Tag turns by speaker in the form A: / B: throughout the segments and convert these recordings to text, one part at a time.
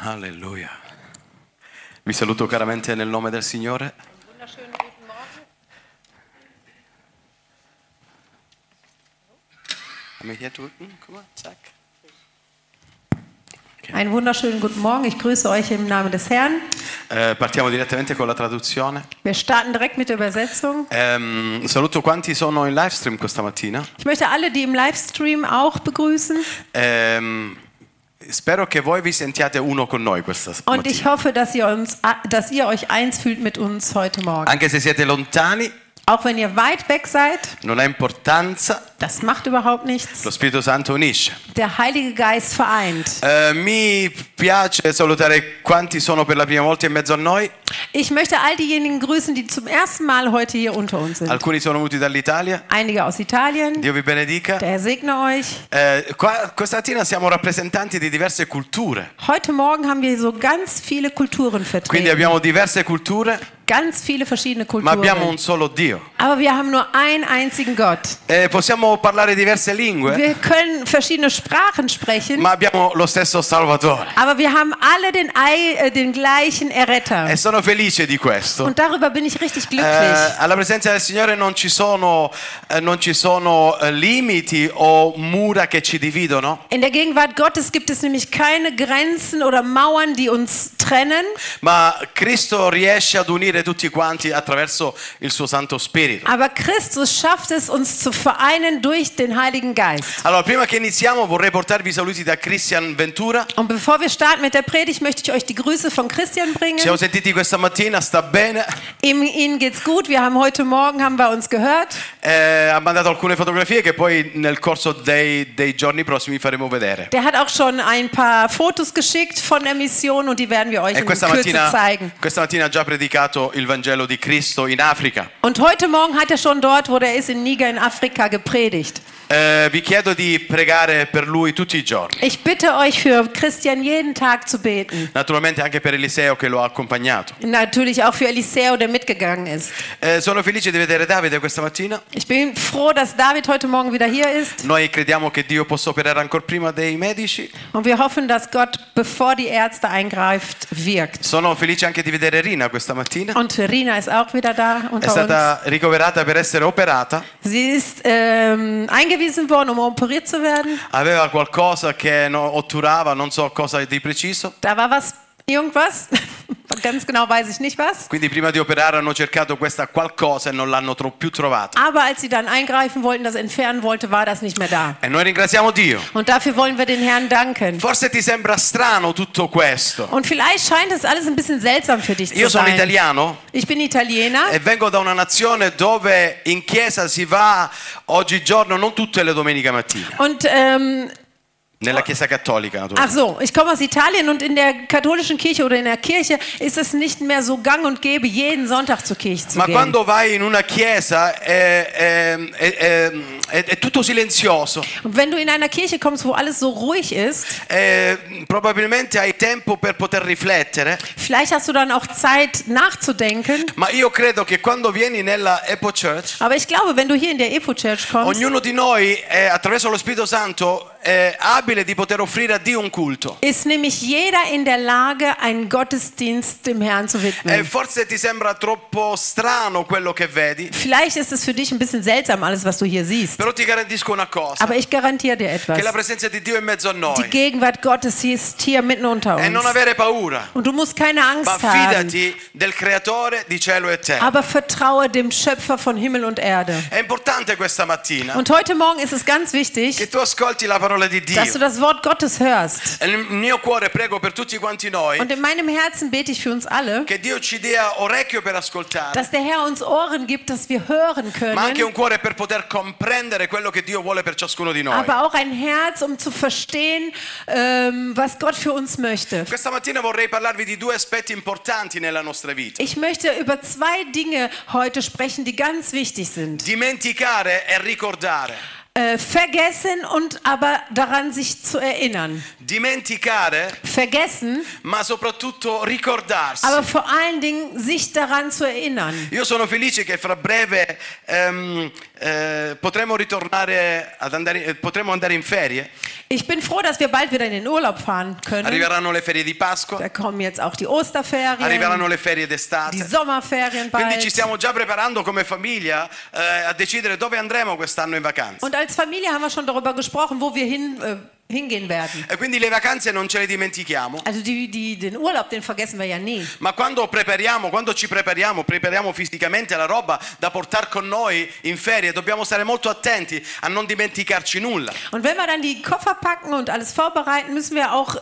A: Alleluia. Vi saluto caramente nel nome del Signore.
B: Wunderschönen guten Morgen.
A: Einmal hier drücken, guck mal, zack.
B: Einen wunderschönen guten Morgen. Ich grüße euch im Namen des Herrn.
A: Eh, partiamo direttamente con la traduzione.
B: Wir starten direkt mit der Übersetzung.
A: Ehm, saluto quanti sono in live stream questa mattina.
B: Ich möchte alle, die im Livestream auch begrüßen.
A: Ehm, spero che voi vi sentiate uno con noi questa
B: Und ich
A: mattina.
B: hoffe, dass ihr, uns, dass ihr euch eins fühlt mit uns heute Morgen.
A: Anche se siete lontani,
B: Auch wenn ihr weit weg seid,
A: non ha importanza,
B: das macht überhaupt nichts.
A: lo Spirito Santo unisce.
B: Der Heilige Geist vereint.
A: Eh, mi piace salutare quanti sono per la prima volta in mezzo a noi.
B: Ich möchte all diejenigen grüßen, die zum ersten Mal heute hier unter uns sind.
A: Alcuni sono venuti dall'Italia.
B: Einige aus Italien.
A: Dio vi benedica.
B: Der Herr segne euch.
A: Eh, qua- questa mattina siamo rappresentanti di diverse culture,
B: Heute Morgen haben wir so ganz viele Kulturen
A: quindi
B: vertreten.
A: abbiamo diverse culture,
B: Ganz viele verschiedene
A: ma
B: Kulturen.
A: abbiamo un solo Dio.
B: Aber wir haben nur einen einzigen Gott.
A: Eh, possiamo parlare diverse lingue,
B: Wir können verschiedene Sprachen sprechen,
A: ma abbiamo lo stesso Salvatore.
B: aber wir haben alle den, Ei, äh, den gleichen Erretter.
A: E sono felice di questo.
B: Und darüber bin ich richtig
A: Eh,
B: glücklich.
A: alla presenza del Signore non ci sono, eh, non ci sono eh, limiti o mura che ci dividono,
B: In der Gegenwart Gottes gibt es nämlich keine Grenzen oder Mauern, die uns trennen,
A: ma Cristo riesce ad unire tutti quanti attraverso il suo Santo Spirito.
B: aber Christus schafft es, uns zu vereinen durch den Heiligen Geist.
A: Allora, prima che iniziamo vorrei portarvi i saluti da Christian Ventura.
B: Und bevor wir starten mit der Predigt, möchte ich euch die Grüße von Christian
A: Ci siamo
B: bringen.
A: sentiti questa mattina, sta bene.
B: Ihm, Ihnen geht's gut. Wir haben heute Morgen, haben wir uns gehört.
A: Eh, ha mandato alcune fotografie che poi nel corso dei, dei giorni prossimi faremo vedere.
B: Der hat auch schon ein paar Fotos geschickt von der Mission und die werden wir euch
A: E
B: in
A: questa
B: Kürze
A: mattina,
B: zeigen.
A: questa mattina ha già predicato il Vangelo di Cristo in Africa.
B: Und heute Morgen hat er schon dort, wo er ist, in Niger in Afrika gepredigt.
A: Eh, vi chiedo di pregare per lui tutti i giorni.
B: Ich bitte euch für Christian jeden Tag zu beten.
A: Naturalmente anche per Eliseo che lo ha accompagnato.
B: Natürlich auch für Eliseo, der mitgegangen ist.
A: Eh, sono felice di vedere Davide questa mattina.
B: Ich bin froh, dass David heute Morgen wieder hier ist
A: Noi crediamo che Dio possa operare ancora prima dei medici.
B: und wir hoffen, dass Gott, bevor die Ärzte eingreift, wirkt.
A: Sono felice anche di vedere Rina questa mattina.
B: Und Rina ist auch wieder da
A: È
B: unter uns.
A: stata ricoverata per essere operata.
B: Sie ist ähm, eingewiesen worden, um operiert zu werden.
A: Aveva qualcosa che no- otturava, non so cosa di preciso.
B: Da war was, irgendwas. Ganz genau weiß ich nicht was.
A: Quindi prima di operare hanno cercato questa qualcosa e non l'hanno tro- più trovata.
B: Aber als sie dann eingreifen wollten, das entfernen wollte, war das nicht mehr da.
A: E noi ringraziamo Dio.
B: Und dafür wollen wir den Herrn danken.
A: Forse ti sembra strano tutto questo.
B: Und vielleicht scheint das alles ein bisschen seltsam für dich
A: Io
B: zu
A: sono
B: sein.
A: italiano
B: Ich bin Italiener
A: e vengo da una nazione dove in chiesa si va oggigiorno, non tutte le domeniche mattina,
B: und ähm,
A: nella chiesa cattolica
B: ach
A: naturalmente.
B: so, ich komme aus Italien und in der katholischen Kirche oder in der Kirche ist es nicht mehr so gang und gäbe, jeden Sonntag zur Kirche zu
A: Ma
B: gehen.
A: quando vai in una chiesa è, è- è- è- è- è tutto silenzioso.
B: Und wenn du in einer Kirche kommst, wo alles so ruhig ist,
A: Eh, probabilmente hai tempo per poter riflettere,
B: vielleicht hast du dann auch Zeit nachzudenken.
A: ma io credo che quando vieni nella Epo Church,
B: Aber ich glaube, wenn du hier in der Epo Church kommst,
A: ognuno di noi è, attraverso lo Spirito Santo è abile di poter offrire a Dio un culto.
B: ist nämlich jeder in der Lage, einen Gottesdienst dem Herrn zu
A: Eh,
B: widmen.
A: forse ti sembra troppo strano quello che vedi,
B: Vielleicht ist es für dich ein bisschen seltsam, alles, was du hier siehst.
A: però ti garantisco una cosa,
B: Aber ich garantiere dir etwas.
A: che la presenza di Dio è in mezzo a
B: Die
A: noi
B: Gegenwart Gottes ist hier mitten unter
A: e non
B: uns.
A: avere paura,
B: Und du musst keine
A: ma
B: Angst haben,
A: fidati del creatore di cielo e terra.
B: aber vertraue dem Schöpfer von Himmel und Erde.
A: È importante questa mattina
B: Und heute Morgen ist es ganz
A: che
B: wichtig,
A: tu ascolti la parola di
B: dass
A: Dio.
B: du das Wort Gottes hörst.
A: E nel mio cuore prego per tutti quanti noi
B: Und in meinem Herzen bete ich für uns alle,
A: Che Dio ci dia orecchio per ascoltare,
B: dass der Herr uns Ohren gibt, dass wir hören
A: ma anche
B: können,
A: un cuore per poter comprendere quello che Dio vuole per ciascuno di noi.
B: aber auch ein Herz, um zu verstehen, ähm, was Gott für uns möchte.
A: Questa mattina vorrei parlarvi di due aspetti importanti nella nostra vita.
B: Ich möchte über zwei Dinge heute sprechen, die ganz wichtig sind.
A: Dimenticare e ricordare.
B: Äh, vergessen und aber daran sich zu erinnern.
A: dimenticare,
B: Vergessen,
A: ma soprattutto ricordarsi.
B: aber vor allen Dingen sich daran zu erinnern.
A: Io sono felice che fra breve ehm, eh, potremo ritornare ad andare, eh, potremo andare in ferie.
B: Ich bin froh, dass wir bald wieder in den Urlaub fahren können.
A: Arriveranno le ferie di Pasqua,
B: Da kommen jetzt auch die
A: arriveranno
B: Osterferien,
A: le ferie
B: die
A: d'estate.
B: Sommerferien
A: Quindi ci
B: bald.
A: stiamo già preparando come famiglia eh, a decidere dove andremo quest'anno in vacanza.
B: Und als Familie haben wir schon darüber gesprochen, wo wir hin, äh, hingehen werden.
A: E quindi le vacanze non ce le dimentichiamo.
B: Also die, die, den Urlaub, den vergessen wir ja nie.
A: Ma quando prepariamo, quando ci prepariamo, prepariamo fisicamente la roba da portare con noi in ferie, dobbiamo stare molto attenti a non dimenticarci nulla.
B: Und wenn wir dann die Koffer packen und alles vorbereiten, müssen wir auch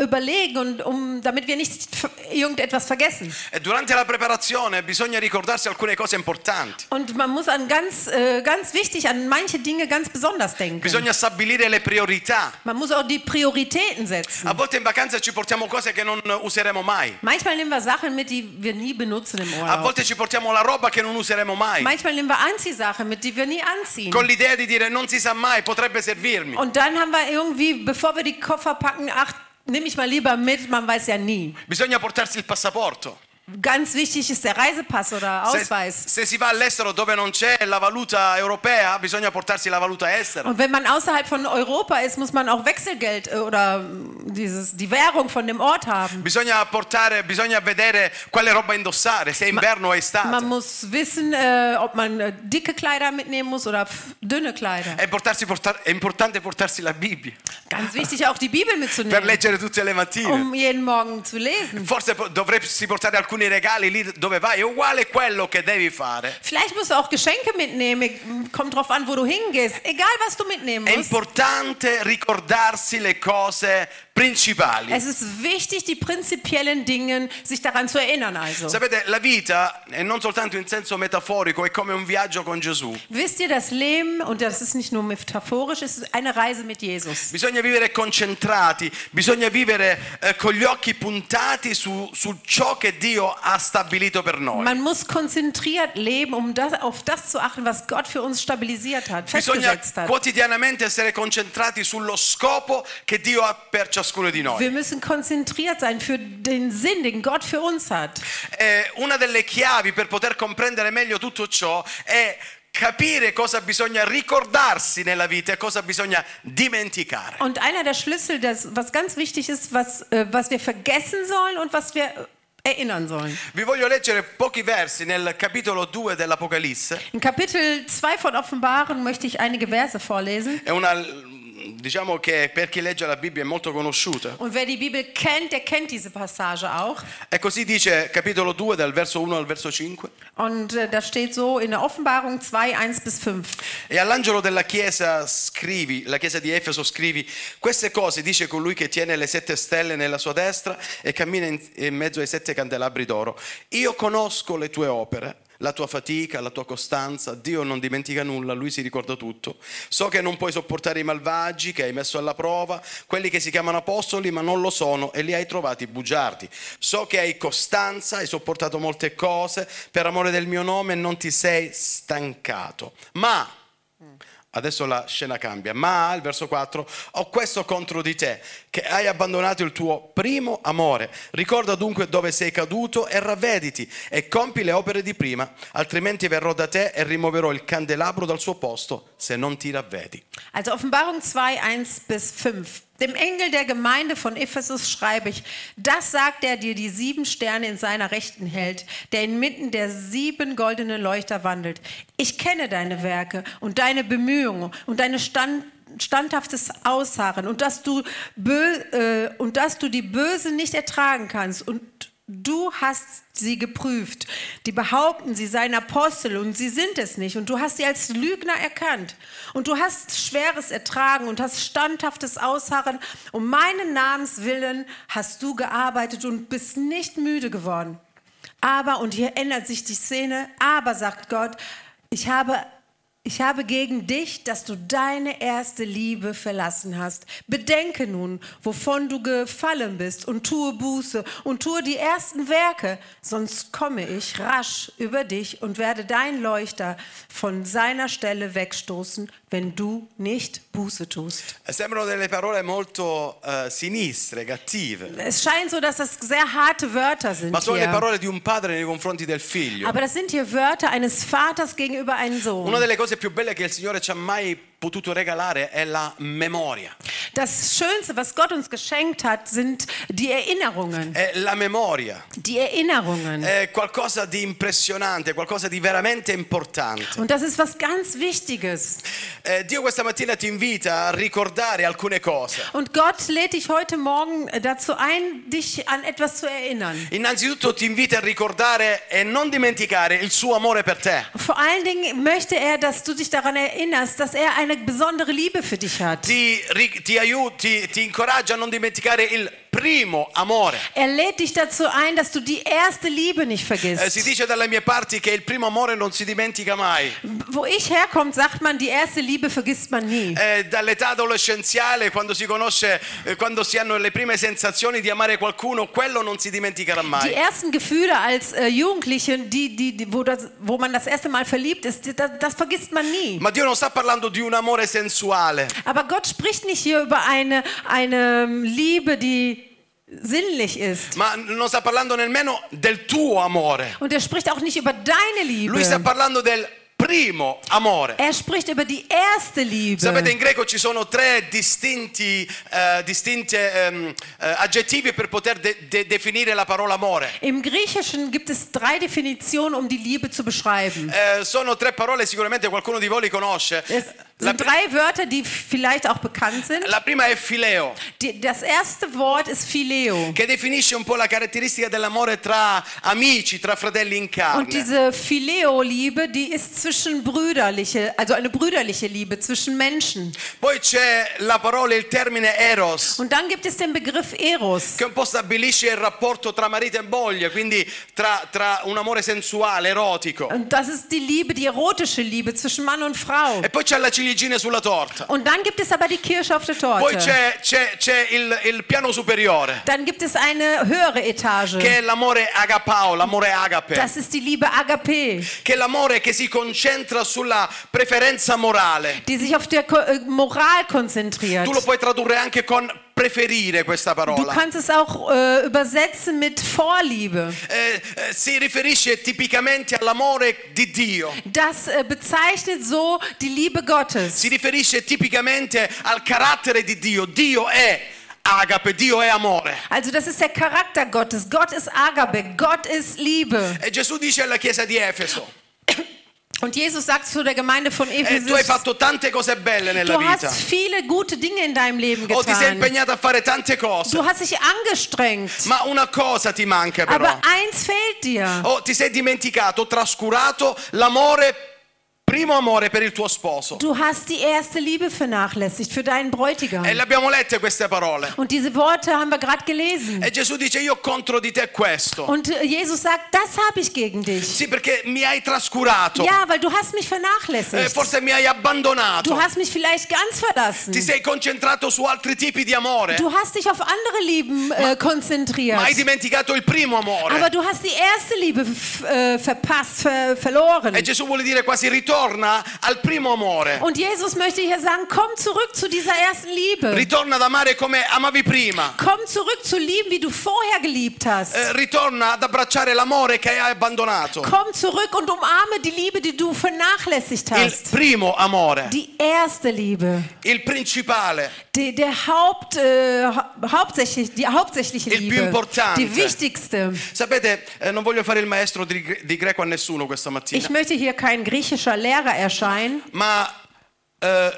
B: überlegen, und um, damit wir nicht ver- irgendetwas vergessen.
A: E durante la preparazione bisogna ricordarsi alcune cose importanti.
B: Und man muss an ganz, äh, ganz wichtig, an manche Dinge ganz besonders denken.
A: Bisogna stabilire le priorità.
B: Man muss auch die Prioritäten setzen.
A: A volte in vacanza ci portiamo cose che non useremo mai.
B: Manchmal nehmen wir Sachen mit, die wir nie benutzen im
A: A
B: Urlaub.
A: volte ci portiamo la roba che non useremo mai.
B: Manchmal nehmen wir Anziehsachen mit, die wir nie anziehen.
A: Con l'idea di dire non si sa mai, potrebbe servirmi.
B: Und dann haben wir irgendwie, bevor wir die Koffer packen, ach, nehme ich mal lieber mit, man weiß ja nie.
A: Bisogna portarsi il passaporto.
B: Ganz wichtig ist der Reisepass oder
A: Se-
B: Ausweis.
A: se si va all'estero dove non c'è la valuta europea, bisogna portarsi la valuta estera.
B: Und wenn man außerhalb von Europa ist, muss man auch Wechselgeld äh, oder mm, dieses, die Währung von dem Ort haben.
A: Bisogna portare, bisogna vedere quale roba indossare, se è inverno o
B: Man
A: estate.
B: muss wissen, äh, ob man äh, dicke Kleider mitnehmen muss oder pf- dünne Kleider.
A: È, portarsi- portar- è importante portarsi la Bibbia
B: Ganz wichtig, auch die Bibel
A: per
B: mitzunehmen,
A: leggere tutte le mattine.
B: um jeden Morgen zu lesen.
A: Forse po- dovresti portare alcuni regali lì dove vai, è uguale quello che devi fare.
B: Vielleicht musst du auch Geschenke mitnehmen, ich- kommt drauf an, wo du hingehst. Egal, was du mitnehmen
A: È
B: musst.
A: importante ricordarsi le cose principali.
B: Es ist wichtig, die prinzipiellen Dinge, sich daran zu erinnern also.
A: Sapete, la vita, e non soltanto in senso metaforico, è come un viaggio con Gesù.
B: Wisst ihr, das Leben, und das ist nicht nur metaphorisch, es ist eine Reise mit Jesus.
A: Bisogna vivere concentrati, bisogna vivere eh, con gli occhi puntati su, su ciò che Dio ha stabilito per noi.
B: Man muss konzentriert leben, um das, auf das zu achten, was Gott für uns stabilisiert hat,
A: Bisogna
B: festgesetzt hat.
A: quotidianamente essere concentrati sullo scopo che Dio ha per ciascuno di noi.
B: Wir müssen konzentriert sein für den Sinn, den Gott für uns hat.
A: Eh, una delle chiavi per poter comprendere meglio tutto ciò è capire cosa bisogna ricordarsi nella vita e cosa bisogna dimenticare.
B: Und einer der Schlüssel, das, was ganz wichtig ist, was, äh, was wir vergessen sollen und was wir äh, erinnern sollen.
A: Vi voglio leggere pochi versi nel capitolo 2 dell'Apocalisse.
B: In Kapitel 2 von Offenbarung möchte ich einige Verse vorlesen.
A: È una, diciamo che per chi legge la Bibbia è molto conosciuta.
B: Und wer die Bibel kennt, der kennt diese Passage auch.
A: E così dice capitolo 2 dal verso 1 al verso 5.
B: Und äh, da steht so in der Offenbarung 2, 1 bis 5.
A: E all'angelo della chiesa scrivi, la chiesa di Efeso scrivi, queste cose dice colui che tiene le sette stelle nella sua destra e cammina in, in mezzo ai sette candelabri d'oro. Io conosco le tue opere, la tua fatica, la tua costanza, Dio non dimentica nulla, lui si ricorda tutto. So che non puoi sopportare i malvagi, che hai messo alla prova, quelli che si chiamano apostoli ma non lo sono e li hai trovati bugiardi. So che hai costanza, hai sopportato molte cose, per amore del mio nome non ti sei stancato. Ma Adesso la scena cambia, ma al verso 4 ho questo contro di te, che hai abbandonato il tuo primo amore. Ricorda dunque dove sei caduto e ravvediti e compi le opere di prima, altrimenti verrò da te e rimuoverò il candelabro dal suo posto se non ti ravvedi.
B: Also Offenbarung 2, 1 bis 5. Dem Engel der Gemeinde von Ephesus schreibe ich, das sagt er dir, die sieben Sterne in seiner Rechten hält, der inmitten der sieben goldenen Leuchter wandelt. Ich kenne deine Werke und deine Bemühungen und deine Stand standhaftes Ausharren und dass du bö äh, und dass du die Bösen nicht ertragen kannst und Du hast sie geprüft. Die behaupten, sie seien Apostel und sie sind es nicht. Und du hast sie als Lügner erkannt. Und du hast Schweres ertragen und hast standhaftes Ausharren. Um meinen Namens willen hast du gearbeitet und bist nicht müde geworden. Aber, und hier ändert sich die Szene, aber sagt Gott, ich habe Ich habe gegen dich, dass du deine erste Liebe verlassen hast. Bedenke nun, wovon du gefallen bist und tue Buße und tue die ersten Werke, sonst komme ich rasch über dich und werde dein Leuchter von seiner Stelle wegstoßen, wenn du nicht Buße tust.
A: Eh, Sembrano delle parole molto eh, sinistre, cattive,
B: Es scheint so, dass das sehr harte Wörter sind
A: ma sono le
B: hier.
A: parole di un padre nei confronti del figlio.
B: Aber das sind hier Wörter eines Vaters gegenüber einem Sohn.
A: Una delle cose più belle che il Signore ci ha mai potuto regalare è la memoria.
B: Das Schönste, was Gott uns geschenkt hat, sind die Erinnerungen.
A: È la memoria,
B: Die Erinnerungen.
A: è qualcosa di impressionante, qualcosa di veramente importante.
B: Und das ist was ganz Wichtiges.
A: Eh, Dio questa mattina ti invita a ricordare alcune cose.
B: Und Gott lädt dich heute Morgen äh, dazu ein, dich an etwas zu erinnern.
A: Innanzitutto ti invita a ricordare e non dimenticare il suo amore per te.
B: Vor allen Dingen möchte er, dass du dich daran erinnerst, dass er eine besondere Liebe für dich hat.
A: Ti, ri- ti aiuti, ti incoraggia a non dimenticare il primo amore.
B: Er lädt dich dazu ein, dass du die erste Liebe nicht
A: Eh, si
B: vergisst.
A: dice dalle mie parti che il primo amore non si dimentica mai.
B: Wo ich herkomme, sagt man, die erste Liebe vergisst man nie.
A: Eh, dall'età adolescenziale, quando si conosce, eh, quando si hanno le prime sensazioni di amare qualcuno, quello non si dimenticherà
B: Die
A: mai.
B: ersten Gefühle als äh, Jugendliche, die, die, die, wo, das, wo man das erste Mal verliebt ist, die- das, das vergisst man nie.
A: Ma Dio non sta parlando di un amore sensuale,
B: Aber Gott spricht nicht hier über eine, eine ähm, Liebe, die sinnlich ist.
A: ma non sta parlando nemmeno del tuo amore.
B: Und er spricht auch nicht über deine
A: Lui sta
B: Liebe.
A: parlando del primo amore.
B: Er spricht über die erste
A: Sapete, in
B: Liebe.
A: greco ci sono tre distinti eh, distinte, ehm, eh, aggettivi per poter de- de- definire la parola amore.
B: Im Griechischen gibt es drei Definitionen, um die Liebe zu beschreiben.
A: Eh, sono tre parole, sicuramente qualcuno di voi li conosce.
B: Es
A: La,
B: sind drei Wörter, die vielleicht auch bekannt sind.
A: la prima è fileo,
B: Die, das erste Wort ist Phileo.
A: che definisce un po' la caratteristica dell'amore tra amici, tra fratelli in
B: Und
A: carne.
B: diese Phileo-Liebe, die ist zwischen brüderliche, also eine brüderliche Liebe zwischen Menschen.
A: Poi c'è la parola, il termine eros,
B: Und dann gibt es den Begriff Eros.
A: che un po' stabilisce il rapporto tra marito e moglie, quindi tra, tra un amore sensuale, erotico.
B: Und das ist die Liebe, die erotische Liebe zwischen Mann und Frau.
A: E poi c'è la ciliegina sulla torta.
B: Und dann gibt es aber die Kirsche auf der
A: Poi
B: Torte.
A: c'è, c'è- c'è il, il piano superiore,
B: Dann gibt es eine höhere Etage.
A: che è l'amore agapao, l'amore agape,
B: Das ist die Liebe Agape,
A: che è l'amore che si concentra sulla preferenza morale.
B: die sich auf der Ko äh, Moral konzentriert.
A: Tu lo puoi tradurre anche con preferire questa
B: Du
A: parola.
B: kannst es auch äh, übersetzen mit Vorliebe.
A: Eh, eh, si riferisce tipicamente all'amore di Dio,
B: Das äh, bezeichnet so die Liebe Gottes.
A: si riferisce tipicamente al carattere di Dio. Dio è agape, Dio è amore.
B: Also das ist der Charakter Gottes. Gott ist Agabe, Gott ist Liebe.
A: E Gesù dice alla chiesa di Efeso,
B: Und Jesus sagt zu der Gemeinde von
A: "Eh, tu hai
B: Ephesus,
A: fatto tante cose belle nella
B: du
A: vita,
B: hast viele gute Dinge in deinem Leben
A: o ti sei
B: getan.
A: impegnato a fare tante cose.
B: Du hast dich angestrengt,
A: Ma una cosa ti manca però.
B: aber eins fehlt dir.
A: Oh, ti sei dimenticato, trascurato l'amore, primo amore per il tuo sposo.
B: Du hast die erste Liebe vernachlässigt für deinen Bräutigam.
A: E le abbiamo lette queste parole.
B: Und diese Worte haben wir gerade gelesen.
A: E Gesù dice io contro di te questo.
B: Und äh, Jesus sagt, das habe ich gegen dich.
A: Sì, perché mi hai trascurato.
B: Ja, weil du hast mich
A: Eh,
B: vernachlässigt.
A: forse mi hai
B: Du
A: abbandonato.
B: hast mich vielleicht ganz
A: Ti
B: verlassen.
A: sei concentrato su altri tipi di amore.
B: Du hast dich auf andere Lieben äh, konzentriert.
A: Ma hai Ah, dimenticato il primo
B: Aber
A: amore.
B: du hast die erste Liebe f- äh, verpasst, ver verloren.
A: E Gesù vuole dire quasi ritorna al primo amore.
B: Und Jesus möchte hier sagen, komm zurück zu dieser ersten Liebe.
A: Ritorna ad amare come amavi prima.
B: Komm zurück zu lieben, wie du vorher geliebt hast.
A: Eh, ritorna ad abbracciare l'amore che hai abbandonato.
B: Komm zurück und umarme die Liebe, die du vernachlässigt
A: Il
B: hast.
A: primo amore,
B: Die erste Liebe,
A: il principale,
B: die, der Haupt, äh, hau- hauptsächlich, die hauptsächliche
A: Il più
B: Liebe,
A: importante.
B: die wichtigste.
A: Sapete, eh, non voglio fare il maestro di, gre- di greco a nessuno questa mattina,
B: Ich möchte hier kein griechischer Lehrer erscheinen,
A: ma eh,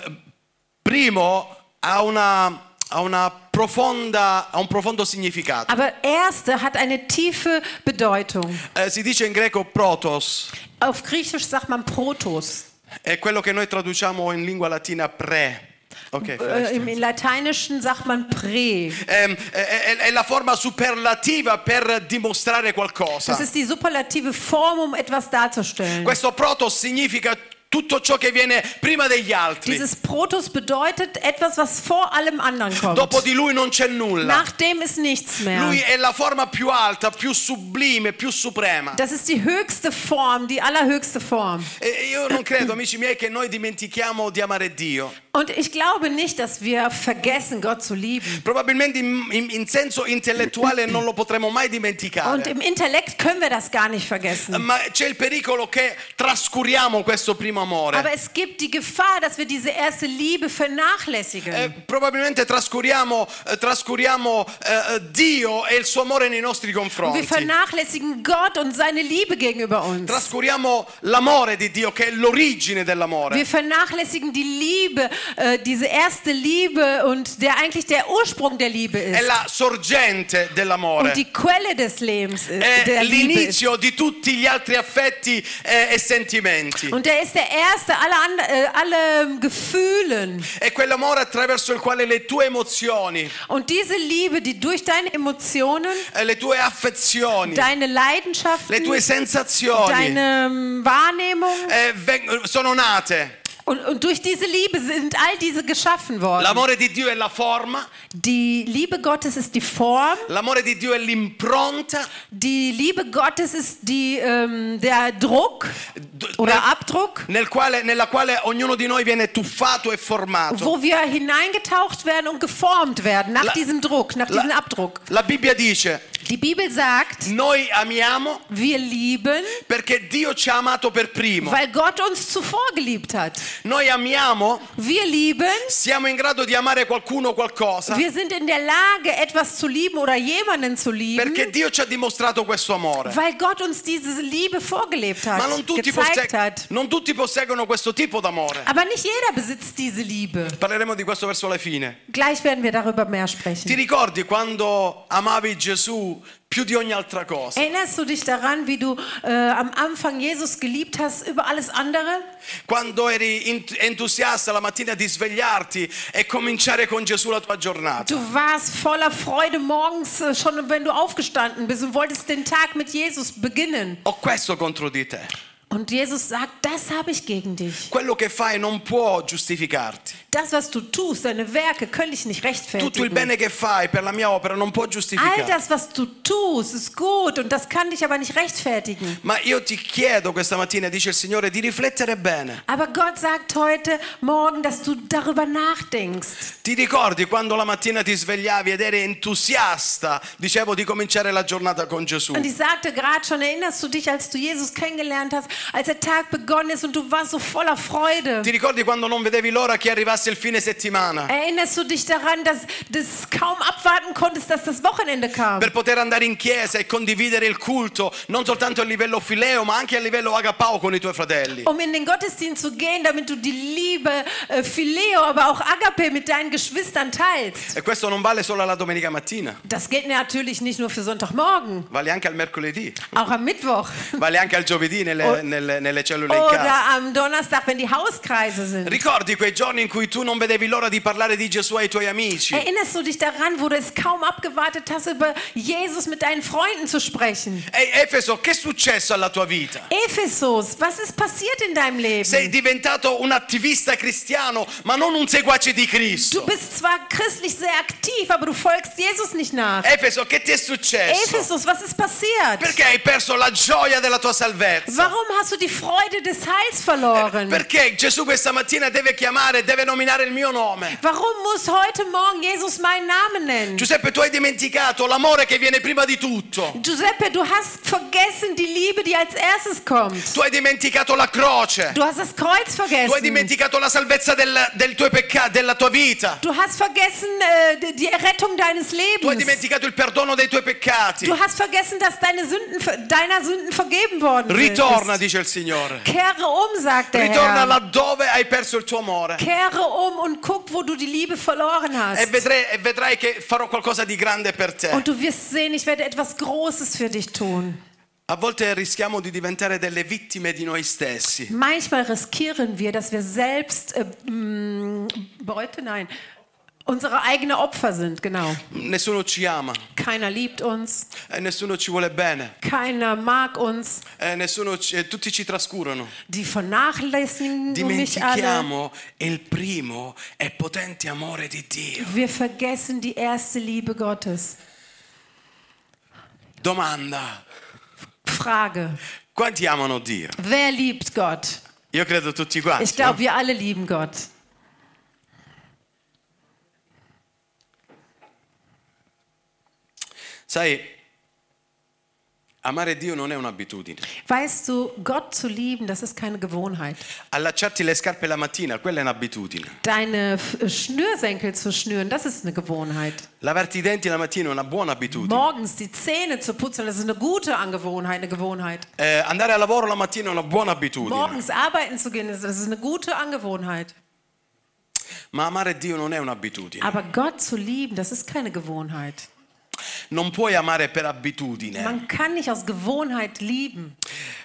A: primo ha, una, ha una profonda, ha un profondo significato.
B: aber erste hat eine tiefe Bedeutung.
A: Eh, si dice in greco protos,
B: Auf Griechisch sagt man Protos.
A: è quello che noi traduciamo in lingua latina pre. Ok,
B: Äh, Im Lateinischen sagt man Prä.
A: Ehm, è, è- è la forma superlativa per dimostrare
B: Das
A: qualcosa.
B: ist die superlative Form, um etwas darzustellen.
A: Questo protos significa tutto ciò che viene prima degli altri.
B: Dieses Protus bedeutet etwas, was vor allem anderen kommt.
A: Dopo di lui non c'è nulla.
B: Nach dem ist nichts mehr.
A: Lui è la forma più alta, più sublime, più suprema.
B: Das ist die höchste Form, die allerhöchste Form.
A: E io non credo, amici miei, che noi dimentichiamo di amare Dio.
B: Und ich glaube nicht, dass wir vergessen, Gott zu lieben.
A: Probabilmente in, in- in senso intellettuale non lo potremo mai
B: Und
A: dimenticare.
B: im Intellekt können wir das gar nicht vergessen.
A: Ma c'è il pericolo che trascuriamo questo primo amore.
B: Aber es gibt die Gefahr, dass wir diese erste Liebe
A: Eh, Äh,
B: vernachlässigen.
A: probabilmente trascuriamo, eh, trascuriamo eh, eh, Dio e il suo amore nei nostri
B: Wir
A: confronti.
B: vernachlässigen Gott und seine Liebe gegenüber uns.
A: Trascuriamo l'amore di Dio che è l'origine dell'amore.
B: Wir vernachlässigen die Liebe, äh, diese erste Liebe und der eigentlich der Ursprung der Liebe
A: È
B: ist
A: la sorgente dell'amore.
B: und die Quelle des Lebens ist,
A: È
B: der Liebe ist.
A: l'inizio di tutti gli altri affetti eh, e sentimenti.
B: Und er ist der erste aller and- äh, alle ähm, Gefühlen.
A: È quell'amore attraverso il quale le tue emozioni,
B: Und diese Liebe, die durch deine Emotionen,
A: eh, le tue affezioni,
B: deine
A: le
B: Leidenschaften,
A: tue sensazioni
B: deine ähm, Wahrnehmung
A: eh, veng- sono nate.
B: und, und durch diese Liebe sind all diese geschaffen worden.
A: L'amore di Dio è la forma,
B: Die Liebe Gottes ist die Form,
A: l'amore di Dio è l'impronta.
B: die Liebe Gottes ist die, ähm, der Druck
A: d-
B: oder Abdruck.
A: nel quale- nella quale ognuno di noi viene tuffato e formato.
B: wo wir hineingetaucht werden und geformt werden nach
A: La-
B: diesem Druck, nach
A: la-
B: diesem Abdruck.
A: La Bibbia dice,
B: Die Bibel sagt,
A: noi amiamo
B: wir lieben,
A: perché Dio ci ha amato per primo.
B: weil Gott uns zuvor geliebt hat.
A: Noi amiamo
B: Wir lieben,
A: Siamo in grado di amare qualcuno o qualcosa
B: wir sind in der Lage, etwas zu lieben oder jemanden zu lieben,
A: perché Dio ci ha dimostrato questo amore.
B: weil Gott uns diese Liebe vorgelebt
A: Ma
B: hat,
A: non tutti,
B: gezeigt
A: posse-
B: hat.
A: non tutti posseggono questo tipo d'amore.
B: Aber nicht jeder besitzt diese Liebe.
A: Parleremo di questo verso la fine.
B: Gleich werden wir darüber mehr
A: Ti
B: sprechen.
A: ricordi quando amavi Gesù più di ogni altra cosa?
B: Erinnerst du dich daran, wie du äh, am Anfang Jesus geliebt hast über alles andere?
A: Quando eri ent- entusiasta la mattina di svegliarti e cominciare con Gesù la tua giornata?
B: Du warst voller Freude morgens äh, schon, wenn du aufgestanden bist und wolltest den Tag mit Jesus beginnen.
A: Ho questo contro di te.
B: Und Jesus sagt, das habe ich gegen dich.
A: Quello che fai non può giustificarti.
B: Das, was du tust, deine Werke, können dich nicht
A: Tutto il
B: rechtfertigen.
A: bene che fai per la mia opera non può
B: All
A: giustificarti.
B: das, was du tust, ist gut und das kann dich aber nicht rechtfertigen.
A: Ma io ti chiedo questa mattina, dice il Signore, di riflettere bene.
B: Aber Gott sagt heute Morgen, dass du darüber nachdenkst.
A: Ti ricordi quando la mattina ti svegliavi ed eri entusiasta, dicevo, di cominciare la giornata con Gesù?
B: Und ich sagte gerade schon, erinnerst du dich, als du Jesus kennengelernt hast, als der Tag begonnen ist und du warst so voller Freude?
A: Ti ricordi quando non vedevi l'ora che arrivasse il fine settimana
B: Erinnerst du dich daran, dass du kaum abwarten konntest, dass das Wochenende kam?
A: per poter andare in chiesa e condividere il culto, non soltanto a livello fileo, ma anche a livello agapao con i tuoi fratelli?
B: Um in den Gottesdienst zu gehen, damit du die Liebe äh, Phileo, aber auch Agape mit deinen Geschwistern teilst.
A: E questo non vale solo alla domenica mattina,
B: Das gilt natürlich nicht nur für Sonntagmorgen,
A: vale anche al mercoledì,
B: auch am Mittwoch
A: vale anche al giovedì nelle,
B: Oh.
A: nelle- nelle cellule in casa.
B: oder am Donnerstag, wenn die Hauskreise sind.
A: Ricordi quei giorni in cui tu non vedevi l'ora di parlare di Gesù ai tuoi amici?
B: Erinnerst du dich daran, wo du es kaum abgewartet hast, über Jesus mit deinen Freunden zu sprechen?
A: Ehi Efeso, che è successo alla tua vita?
B: Ephesus, was ist passiert in deinem Leben?
A: Sei diventato un attivista cristiano, ma non un seguace di
B: Du
A: Cristo.
B: bist zwar christlich sehr aktiv, aber du folgst Jesus nicht nach.
A: Efeso, che ti è successo?
B: Ephesus, was ist passiert?
A: Perché hai perso la gioia della tua salvezza?
B: Warum hast du die Freude des Heils verloren?
A: Perché Gesù questa mattina deve chiamare, deve nominare il mio nome?
B: Warum muss heute Morgen Jesus meinen Namen nennen?
A: Giuseppe, tu hai dimenticato l'amore che viene prima di tutto.
B: Giuseppe, du hast vergessen die Liebe, die als erstes kommt.
A: Tu hai dimenticato la croce.
B: Du hast das Kreuz
A: Tu hai
B: vergessen.
A: dimenticato la salvezza del, del tuo peccato, della tua vita.
B: Du hast vergessen äh, die- die Errettung deines
A: Tu hai
B: Lebens.
A: dimenticato il perdono dei tuoi peccati.
B: Du hast vergessen, dass deine Sünden, ver- deiner Sünden vergeben worden
A: Ritorna,
B: sind.
A: dice il Signore.
B: Kehre um, sagt der
A: Ritorna
B: Herr.
A: laddove hai perso il tuo amore.
B: Kehre um und guck, wo du die Liebe verloren
A: E
B: hast.
A: vedrai, e vedrai che farò qualcosa di grande per te.
B: Und du wirst sehen, ich werde etwas Großes für dich tun.
A: A volte rischiamo di diventare delle vittime di noi stessi.
B: Manchmal riskieren wir, dass wir selbst äh, mh, mm, Beute, nein, unsere eigene Opfer sind, genau.
A: Nessuno ci ama,
B: Keiner liebt uns,
A: eh, nessuno ci vuole bene,
B: keiner mag uns,
A: eh, nessuno ci- eh, tutti ci trascurano.
B: die vernachlässigen mich alle.
A: Dimentichiamo eh. il primo e potente amore di Dio.
B: Wir vergessen die erste Liebe Gottes.
A: Domanda,
B: Frage,
A: quanti amano Dio?
B: wer liebt Gott?
A: Io credo tutti quanti.
B: Ich glaube,
A: no?
B: wir alle lieben Gott.
A: Sai, amare Dio non è un'abitudine.
B: Weißt du, Gott zu lieben, das ist keine Gewohnheit.
A: Allacciarti le scarpe la mattina, quella è un'abitudine.
B: Deine F- äh, Schnürsenkel zu schnüren, das ist eine Gewohnheit.
A: Lavarti i denti la mattina è una buona abitudine.
B: Morgens die Zähne zu putzen, das ist eine gute Angewohnheit, eine Gewohnheit.
A: Eh, andare al lavoro la mattina è una buona abitudine.
B: Morgens arbeiten zu gehen, das ist eine gute Angewohnheit.
A: Ma amare Dio non è un'abitudine.
B: Aber Gott zu lieben, das ist keine Gewohnheit.
A: Non puoi amare per abitudine.
B: Man kann nicht aus Gewohnheit lieben,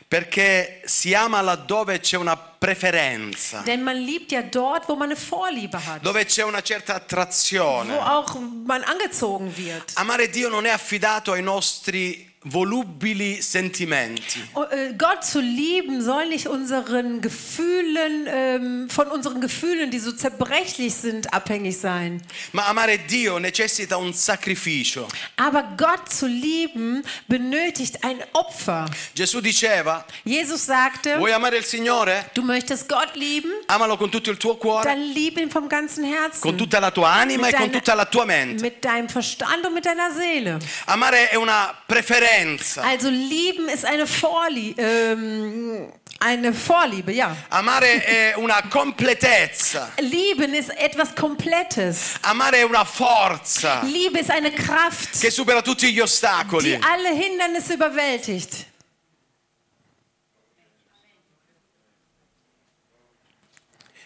A: Perché si ama laddove c'è una preferenza,
B: denn man liebt ja dort, wo man eine Vorliebe hat,
A: dove c'è una certa
B: wo
A: attrazione.
B: auch man angezogen wird.
A: Amare Dio non è affidato ai nostri volubili sentimenti.
B: Oh, äh, Gott zu lieben soll nicht unseren Gefühlen, ähm, von unseren Gefühlen, die so zerbrechlich sind, abhängig sein.
A: Ma amare Dio necessita un sacrificio.
B: Aber Gott zu lieben benötigt ein Opfer.
A: Gesù diceva,
B: Jesus sagte,
A: vuoi amare il Signore?
B: du möchtest Gott lieben,
A: Amalo con tutto il tuo cuore,
B: dann lieb ihn vom ganzen
A: con
B: Herzen,
A: tutta la tua anima e con
B: Deine-
A: tutta la tua mente.
B: mit deinem Verstand und mit deiner Seele.
A: Amare è una preferenza.
B: Also lieben ist eine Vorliebe, ähm, eine Vorliebe, ja.
A: Amare è una completezza.
B: Lieben ist etwas Komplettes.
A: Amare è una forza
B: Liebe ist eine Kraft,
A: che supera tutti gli
B: die
A: ostacoli.
B: alle Hindernisse überwältigt.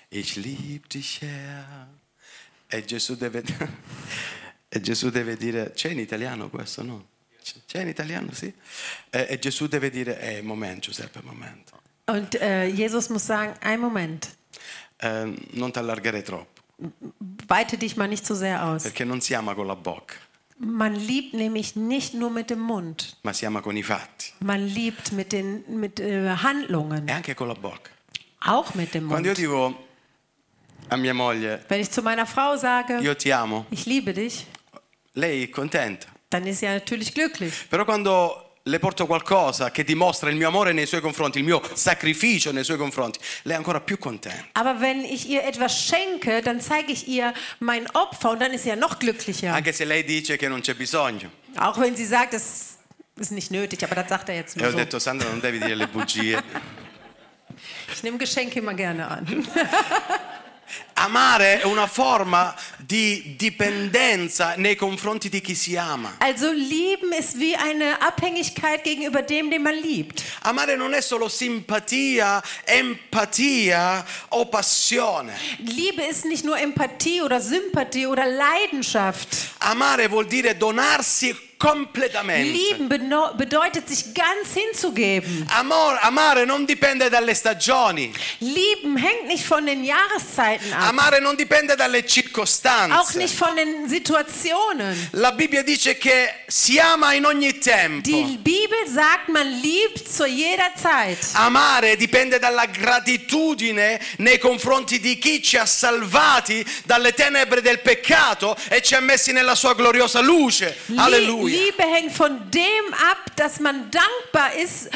A: Ich lieb dich, Herr. E Gesù deve, e Gesù deve dire, c'è in italiano questo, no? C- C'è in italiano, sì? E, e Gesù deve dire, eh, momento Giuseppe, momento.
B: Und äh, Jesus muss sagen, einen Moment,
A: Eh, non ti allargare troppo,
B: weite dich mal nicht zu sehr aus.
A: perché non si ama con la bocca,
B: Man liebt nämlich nicht nur mit dem Mund,
A: ma si ama con i fatti.
B: man liebt mit den mit, äh, Handlungen,
A: E anche con la bocca.
B: auch mit dem
A: Quando io
B: Mund.
A: dico a mia moglie,
B: Wenn ich zu meiner Frau sage,
A: io ti amo,
B: ich liebe dich,
A: lei è contenta.
B: dann ist sie ja natürlich glücklich.
A: Però quando le porto qualcosa che dimostra il mio amore nei suoi confronti, il mio sacrificio nei suoi confronti, lei è ancora più contenta.
B: Aber wenn ich ihr etwas schenke, dann zeige ich ihr mein Opfer und dann ist sie ja noch glücklicher.
A: Anche se lei dice che non c'è bisogno.
B: Auch wenn sie sagt, das ist nicht nötig, aber das sagt er jetzt
A: E ho
B: nur so.
A: detto, Sandra, non devi dire le bugie.
B: Ich nehme Geschenke immer gerne an.
A: Amare è una forma di dipendenza nei confronti di chi si ama.
B: Also lieben ist wie eine Abhängigkeit gegenüber dem, den man liebt.
A: Amare non è solo simpatia, empatia o passione.
B: Liebe ist nicht nur Empathie oder Sympathie oder Leidenschaft.
A: Amare vuol dire donarsi completamente.
B: Lieben beno- bedeutet, sich ganz hinzugeben.
A: Amor- amare non dipende dalle stagioni.
B: Lieben hängt nicht von den Jahreszeiten ab,
A: Amare non dipende dalle
B: auch
A: circostanze.
B: nicht von den Situationen.
A: La Bibbia dice che si ama in ogni tempo.
B: Die Bibel sagt, man liebt zu jeder Zeit.
A: Amare dipende dalla gratitudine nei confronti di chi ci ha salvati dalle tenebre del peccato e ci ha messi nella sua gloriosa luce.
B: Lie-
A: Alleluia.
B: Liebe hängt von dem ab, dass man dankbar ist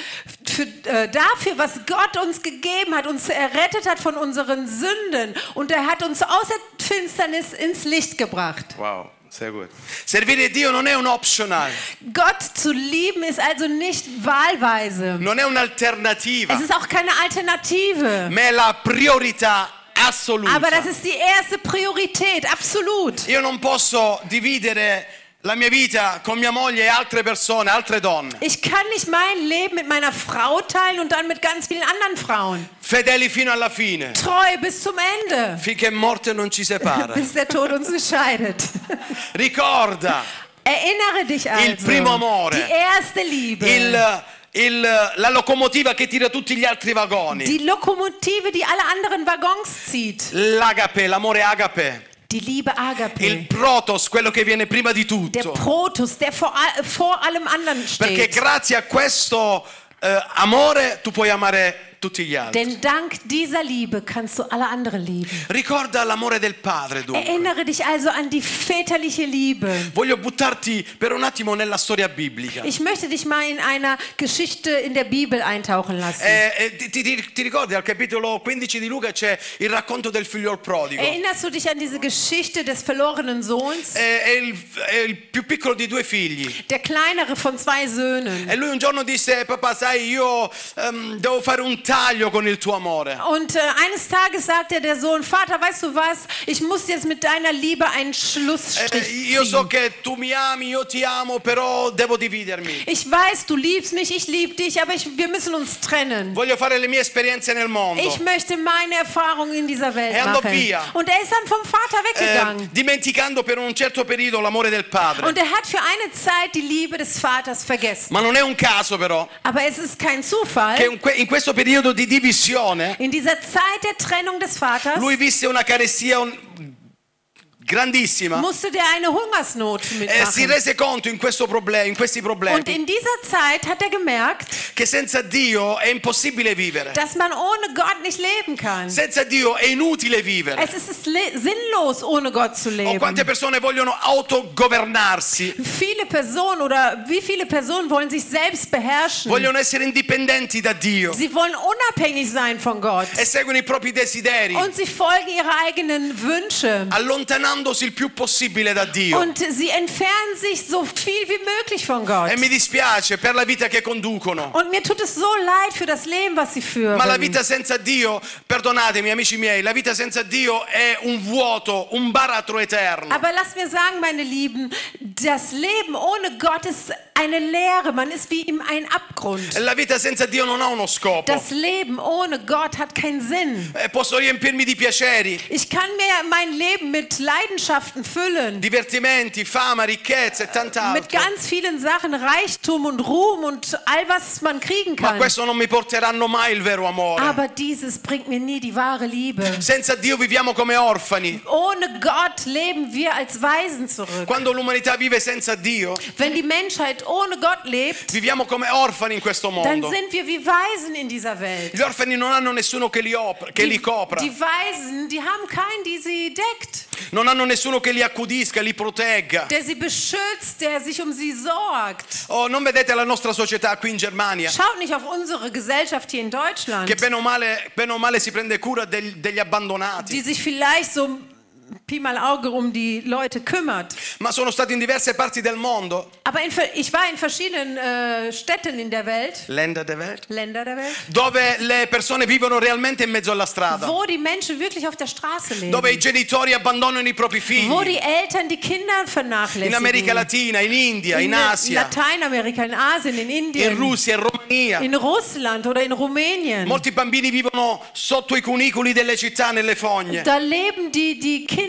B: für, äh, dafür, was Gott uns gegeben hat, uns errettet hat von unseren Sünden. Und er hat uns aus der Finsternis ins Licht gebracht.
A: Wow, sei gut. Servire Dio non è un optional,
B: Gott zu lieben ist also nicht wahlweise.
A: non è
B: Es
A: un'alternativa,
B: ist auch keine Alternative.
A: ma è la priorità
B: Aber das
A: assoluta.
B: ist die erste Priorität, absolut.
A: Io non posso dividere la mia vita con mia moglie e altre persone, altre donne.
B: Ich kann nicht mein Leben mit meiner Frau teilen und dann mit ganz vielen anderen Frauen.
A: Fedeli fino alla fine,
B: Treu bis zum Ende,
A: finché morte non ci separa.
B: bis der Tod uns entscheidet.
A: Ricorda
B: Erinnere dich also.
A: primo amore.
B: Die erste Liebe.
A: il- il- la locomotiva che tira tutti gli altri vagoni.
B: die Lokomotive, die alle anderen Waggons zieht.
A: L'agape, l'amore agape.
B: die Liebe
A: il
B: Agape,
A: protos, quello che viene prima di
B: der
A: tutto.
B: Protus, der vor, all- vor allem anderen
A: Perché
B: steht.
A: grazie a questo eh, amore tu puoi amare tutti gli altri.
B: Denn dank dieser Liebe kannst du alle anderen lieben.
A: Ricorda l'amore del Padre, dunque.
B: Erinnere dich also an die väterliche Liebe.
A: Voglio buttarti per un attimo nella storia biblica.
B: Ich möchte dich mal in einer Geschichte in der Bibel eintauchen lassen.
A: Eh, eh, ti, ti- ti ricordi al capitolo 15 di Luca c'è il racconto del figliol prodigo? Eh,
B: Erinnerst du dich an diese Geschichte des verlorenen Sohns?
A: È, il, è il più piccolo di due figli.
B: Der kleinere von zwei Söhnen.
A: E lui un giorno disse, papà sai io ehm, devo fare un taglio con il tuo amore.
B: Und äh, eines Tages sagte der Sohn, Vater, weißt du was, ich muss jetzt mit deiner Liebe einen Schlussstrich
A: Eh, io
B: ziehen.
A: so che tu mi ami, io ti amo, però devo dividermi.
B: Ich weiß, du liebst mich, ich liebe dich, aber ich, wir müssen uns trennen.
A: Voglio fare le mie esperienze nel
B: Ich
A: mondo.
B: möchte meine Erfahrungen in dieser Welt
A: Er andò
B: machen.
A: via.
B: Und er ist dann vom Vater
A: Eh,
B: weggegangen.
A: dimenticando per un certo periodo l'amore del padre.
B: Und er hat für eine Zeit die Liebe des Vaters vergessen.
A: Ma non è un caso però
B: Aber es ist kein Zufall.
A: che in que- in questo periodo di divisione
B: In dieser Zeit der Trennung des Vaters
A: lui visse una carestia un- grandissima.
B: musste der eine Hungersnot
A: Eh, si
B: mitmachen.
A: rese conto in, questo proble- in questi
B: Und
A: problemi
B: in dieser Zeit hat er gemerkt,
A: che senza Dio è impossibile vivere.
B: dass man ohne Gott nicht leben kann.
A: Senza Dio è inutile vivere.
B: Es ist le- sinnlos, ohne Gott zu
A: O quante
B: leben.
A: persone vogliono autogovernarsi,
B: Viele Personen oder wie viele Personen wollen sich selbst beherrschen?
A: vogliono essere indipendenti da Dio
B: Sie wollen unabhängig sein von Gott
A: e seguono i propri desideri,
B: und sie folgen ihre eigenen Wünsche
A: allontanandosi il più possibile da Dio.
B: und sie entfernen sich so viel wie möglich von
A: E
B: Gott.
A: mi dispiace per la vita che conducono.
B: Und mir tut es so leid für das Leben, was sie führen.
A: Ma la vita senza Dio, perdonatemi amici miei, la vita senza Dio è un vuoto, un baratro eterno.
B: Aber lass mir sagen, meine Lieben, das Leben ohne Gott ist eine Leere. Man ist wie in einem Abgrund.
A: La vita senza Dio non ha uno scopo.
B: Das Leben ohne Gott hat keinen Sinn.
A: Eh, Posso riempirmi di piaceri,
B: Ich kann mir mein Leben mit Leidenschaften füllen.
A: divertimenti, fama, ricchezza e
B: Mit
A: tant'altro.
B: ganz vielen Sachen, Reichtum und Ruhm und all, was man kriegen
A: Ma
B: kann.
A: questo non mi porteranno mai il vero amore.
B: Aber dieses bringt mir nie die wahre Liebe.
A: Senza Dio viviamo come orfani.
B: Ohne Gott leben wir als Waisen zurück.
A: Quando l'umanità vive senza Dio,
B: Wenn die Menschheit ohne Gott lebt,
A: viviamo come orfani in questo
B: dann
A: mondo.
B: sind wir wie Waisen in dieser Welt.
A: Gli orfani non hanno nessuno che li, op- che li
B: die,
A: copra,
B: die Waisen, die haben keinen, die sie deckt,
A: non hanno nessuno che li accudisca, li protegga.
B: der sie beschützt, der sich um sie sorgt.
A: Oh, non vedete la nostra società qui in Germania,
B: Schaut nicht auf unsere Gesellschaft hier in Deutschland,
A: che bene o male, bene o male si prende cura del- degli abbandonati,
B: die sich vielleicht so Pi mal Auge um die Leute kümmert.
A: ma sono stati in diverse parti del mondo.
B: Aber in, ver- ich war in verschiedenen äh, Städten in der Welt,
A: Länder der Welt.
B: Länder der Welt,
A: dove le persone vivono realmente in mezzo alla strada,
B: wo die Menschen wirklich auf der Straße leben,
A: dove i genitori abbandonano i propri
B: wo
A: figli,
B: die Eltern die Kinder
A: in America
B: vernachlässigen.
A: Latina, in India, in Asia,
B: Lateinamerika, in Asien, in
A: in
B: Indien,
A: Russia, in Romania.
B: in Russland oder in Rumänien.
A: Molti bambini vivono sotto i cunicoli delle città, nelle fogne,
B: Da leben die, die Kinder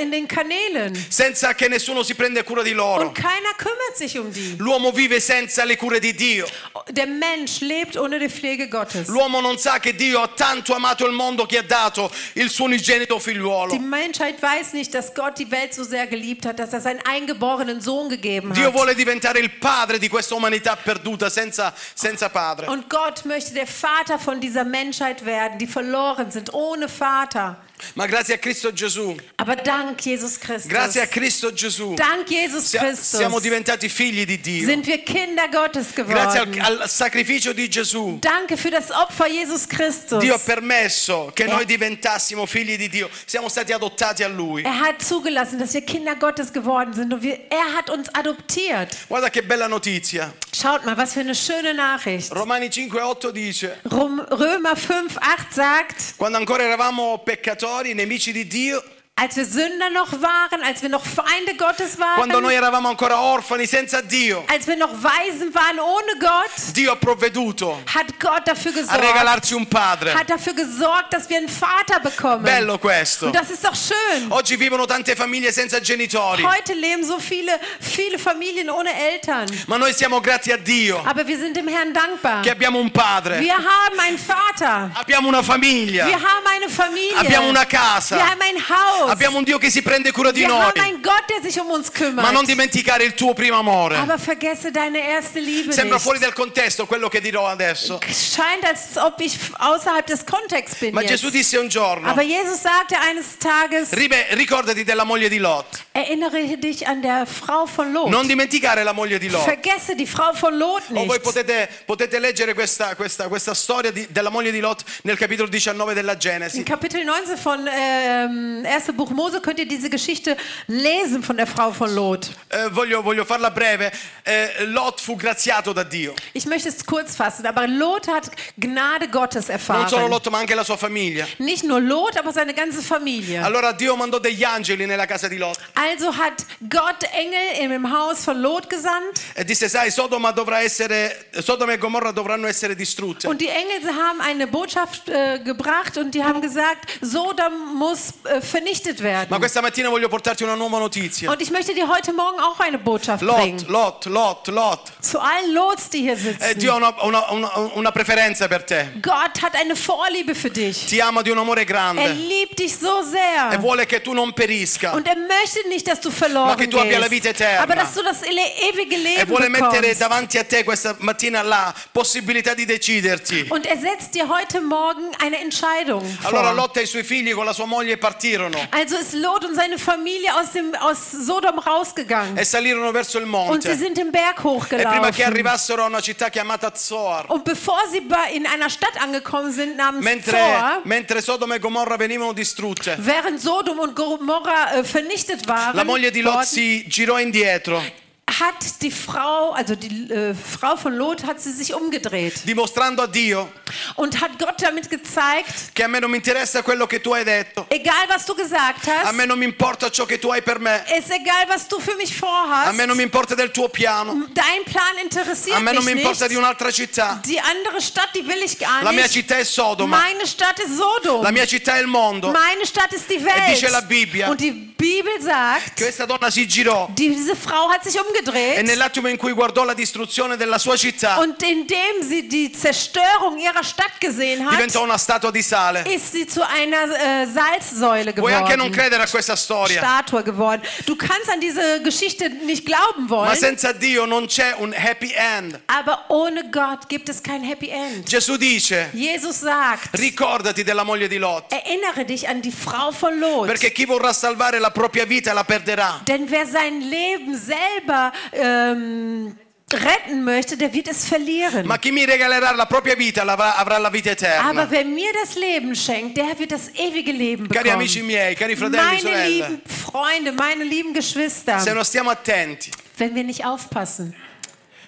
B: in den Kanälen
A: senza che nessuno si prende cura di loro.
B: und keiner kümmert sich um die.
A: L'uomo vive senza le cure di Dio.
B: Der Mensch lebt ohne die Pflege Gottes.
A: L'uomo non sa che Dio ha tanto amato il mondo che ha dato il suo unigenito
B: Die
A: figliuolo.
B: Menschheit weiß nicht, dass Gott die Welt so sehr geliebt hat, dass er seinen eingeborenen Sohn gegeben
A: Dio
B: hat.
A: vuole diventare il padre di questa umanità perduta, senza, senza padre.
B: Und Gott möchte der Vater von dieser Menschheit werden, die verloren sind, ohne Vater.
A: Ma grazie a Cristo Gesù,
B: Aber dank Jesus Christus.
A: grazie a Cristo Gesù,
B: Dank Jesus
A: Sia- siamo
B: Christus
A: diventati figli di Dio.
B: sind wir Kinder Gottes
A: Grazie
B: geworden.
A: al, al sacrificio di Gesù,
B: Danke für das Opfer Jesus Christus.
A: Dio ha permesso che
B: Eh.
A: noi diventassimo figli di Dio. Siamo stati adottati a Lui.
B: Er hat zugelassen, dass wir Kinder Gottes geworden sind und wir, er hat uns adoptiert.
A: Guarda che bella notizia.
B: Schaut mal, was für eine schöne Nachricht.
A: Romani 5:8 dice:
B: Rom, Römer 5, 8 sagt,
A: Quando ancora eravamo peccatori, nemici di Dio,
B: als wir Sünder noch waren, als wir noch Feinde Gottes
A: quando noi
B: waren,
A: eravamo ancora orfani senza Dio,
B: als wir noch Waisen waren ohne Gott,
A: Dio ha provveduto
B: hat Gott dafür
A: a
B: gesorgt.
A: regalarci un padre.
B: Hat dafür gesorgt, dass wir einen Vater bekommen.
A: Bello questo.
B: Und das ist doch schön.
A: Oggi vivono tante famiglie senza genitori,
B: Heute leben so viele, viele Familien ohne Eltern.
A: ma noi siamo grati a Dio
B: Aber wir sind dem Herrn dankbar.
A: che abbiamo un padre.
B: Wir haben einen Vater.
A: Abbiamo una famiglia,
B: Wir haben eine Familie.
A: abbiamo una casa,
B: Wir haben ein Haus. aus.
A: Abbiamo un Dio che si prende cura di
B: Wir
A: noi.
B: haben einen Gott, der sich um uns kümmert.
A: Ma non dimenticare il tuo primo amore.
B: Aber vergesse deine erste Liebe
A: Sembra
B: nicht.
A: fuori dal contesto quello che dirò adesso.
B: Scheint, als ob ich außerhalb des Kontexts bin
A: Ma
B: jetzt.
A: Gesù disse un giorno:
B: Aber Jesus sagte eines Tages,
A: "Ribe- Ricordati della moglie di Lot.
B: erinnere dich an der Frau von Lot.
A: Non dimenticare la moglie di Lot. Oh,
B: Vergesse die Frau von Lot
A: O voi
B: nicht.
A: potete, potete leggere questa, questa- questa storia di- della moglie di Lot nel capitolo 19 della Genesi.
B: In Kapitel 19 von ähm, 1. Buch Mose könnt ihr diese Geschichte lesen von der Frau von Lot.
A: Eh, voglio, voglio farla breve. Eh, Lot fu graziato da Dio.
B: Ich möchte es kurz fassen, aber Lot hat Gnade Gottes
A: Non solo
B: erfahren.
A: Lot, ma anche la sua famiglia.
B: Nicht nur Lot, aber seine ganze Familie.
A: Allora Dio mandò degli angeli nella casa di Lot
B: Also hat Gott Engel im Haus von Lot gesandt
A: e disse: Sai, Sodoma, dovrà essere, Sodoma e Gomorra dovranno essere distrutte.
B: und die Engel haben eine Botschaft äh, gebracht und die haben gesagt, Sodom muss äh, vernichtet werden.
A: Ma questa mattina voglio portarti una nuova notizia.
B: Und ich möchte dir heute Morgen auch eine Botschaft
A: Lot,
B: bringen.
A: Lot, Lot, Lot.
B: Zu allen Lots, die hier
A: Eh,
B: sitzen.
A: Dio ha una, una- una- una preferenza per te.
B: Gott hat eine Vorliebe für dich.
A: Ti ama di un amore
B: Er
A: grande
B: liebt dich so
A: e
B: sehr.
A: vuole che tu non perisca.
B: Und er möchte nicht, dass du verloren
A: Ma che tu abbia la
B: gehst,
A: vita eterna.
B: aber dass du das ele- ewige
A: E
B: Leben
A: vuole mettere
B: bekommst.
A: davanti a te questa mattina la possibilità di deciderti.
B: Und er setzt dir heute Morgen eine Entscheidung
A: Allora
B: vor.
A: Lot e i suoi figli con la sua moglie partirono
B: Also ist Lot und seine Familie aus, dem, aus Sodom rausgegangen
A: e salirono verso il
B: und sie
A: monte.
B: sind den Berg
A: E prima che
B: hochgelaufen.
A: arrivassero a una città chiamata Zoar,
B: Und bevor sie bei- in einer Stadt angekommen sind namens
A: mentre,
B: Zor,
A: mentre Sodoma e Gomorra venivano distrutte,
B: während Sodom und Gomorra äh, vernichtet waren,
A: la moglie di Lot
B: worden,
A: si girò indietro,
B: hat die Frau, also die äh, Frau von Lot, hat sie sich umgedreht
A: dimostrando a Dio
B: und hat Gott damit gezeigt,
A: che a me non mi interessa quello che tu hai detto,
B: egal was du gesagt
A: a
B: hast,
A: me non mi importa ciò che tu hai per me,
B: ist egal was du für mich
A: a
B: vorhast,
A: me non mi importa del tuo piano,
B: dein Plan
A: a
B: interessiert
A: me non mi
B: mich
A: importa di
B: nicht.
A: un'altra città,
B: Die andere Stadt, die will ich gar
A: la mia
B: nicht.
A: città è Sodoma,
B: Meine Stadt ist Sodom.
A: la mia città è il mondo.
B: Meine Stadt ist die Welt.
A: dice la Bibbia-
B: Und die Bibel sagt,
A: Questa donna si girò
B: diese Frau hat sich
A: e
B: umgedreht.
A: nell'attimo in cui guardò la distruzione della sua città
B: Und indem sie die Zerstörung ihrer Stadt gesehen hat,
A: diventò una statua di sale.
B: ist sie zu einer äh, Salzsäule
A: Puoi anche non
B: geworden.
A: credere a questa storia,
B: Statue geworden. Du kannst an diese Geschichte nicht glauben
A: ma
B: wollen,
A: senza Dio non c'è un happy end.
B: aber ohne Gott gibt es kein Happy End.
A: Gesù dice,
B: Jesus sagt,
A: ricordati della moglie di Lot,
B: erinnere dich an die Frau von Lot.
A: perché chi vorrà salvare la propria vita la perderà,
B: Denn wer sein Leben selber ähm, retten möchte, der wird es verlieren.
A: ma chi mi regalerà la propria vita la- avrà, avrà la vita
B: Aber
A: eterna.
B: wer mir das Leben schenkt, der wird das ewige Leben
A: Cari amici
B: bekommen.
A: miei, cari fratelli e
B: Meine
A: sorelle,
B: lieben Freunde, meine lieben Geschwister,
A: se non stiamo attenti
B: wenn wir nicht aufpassen,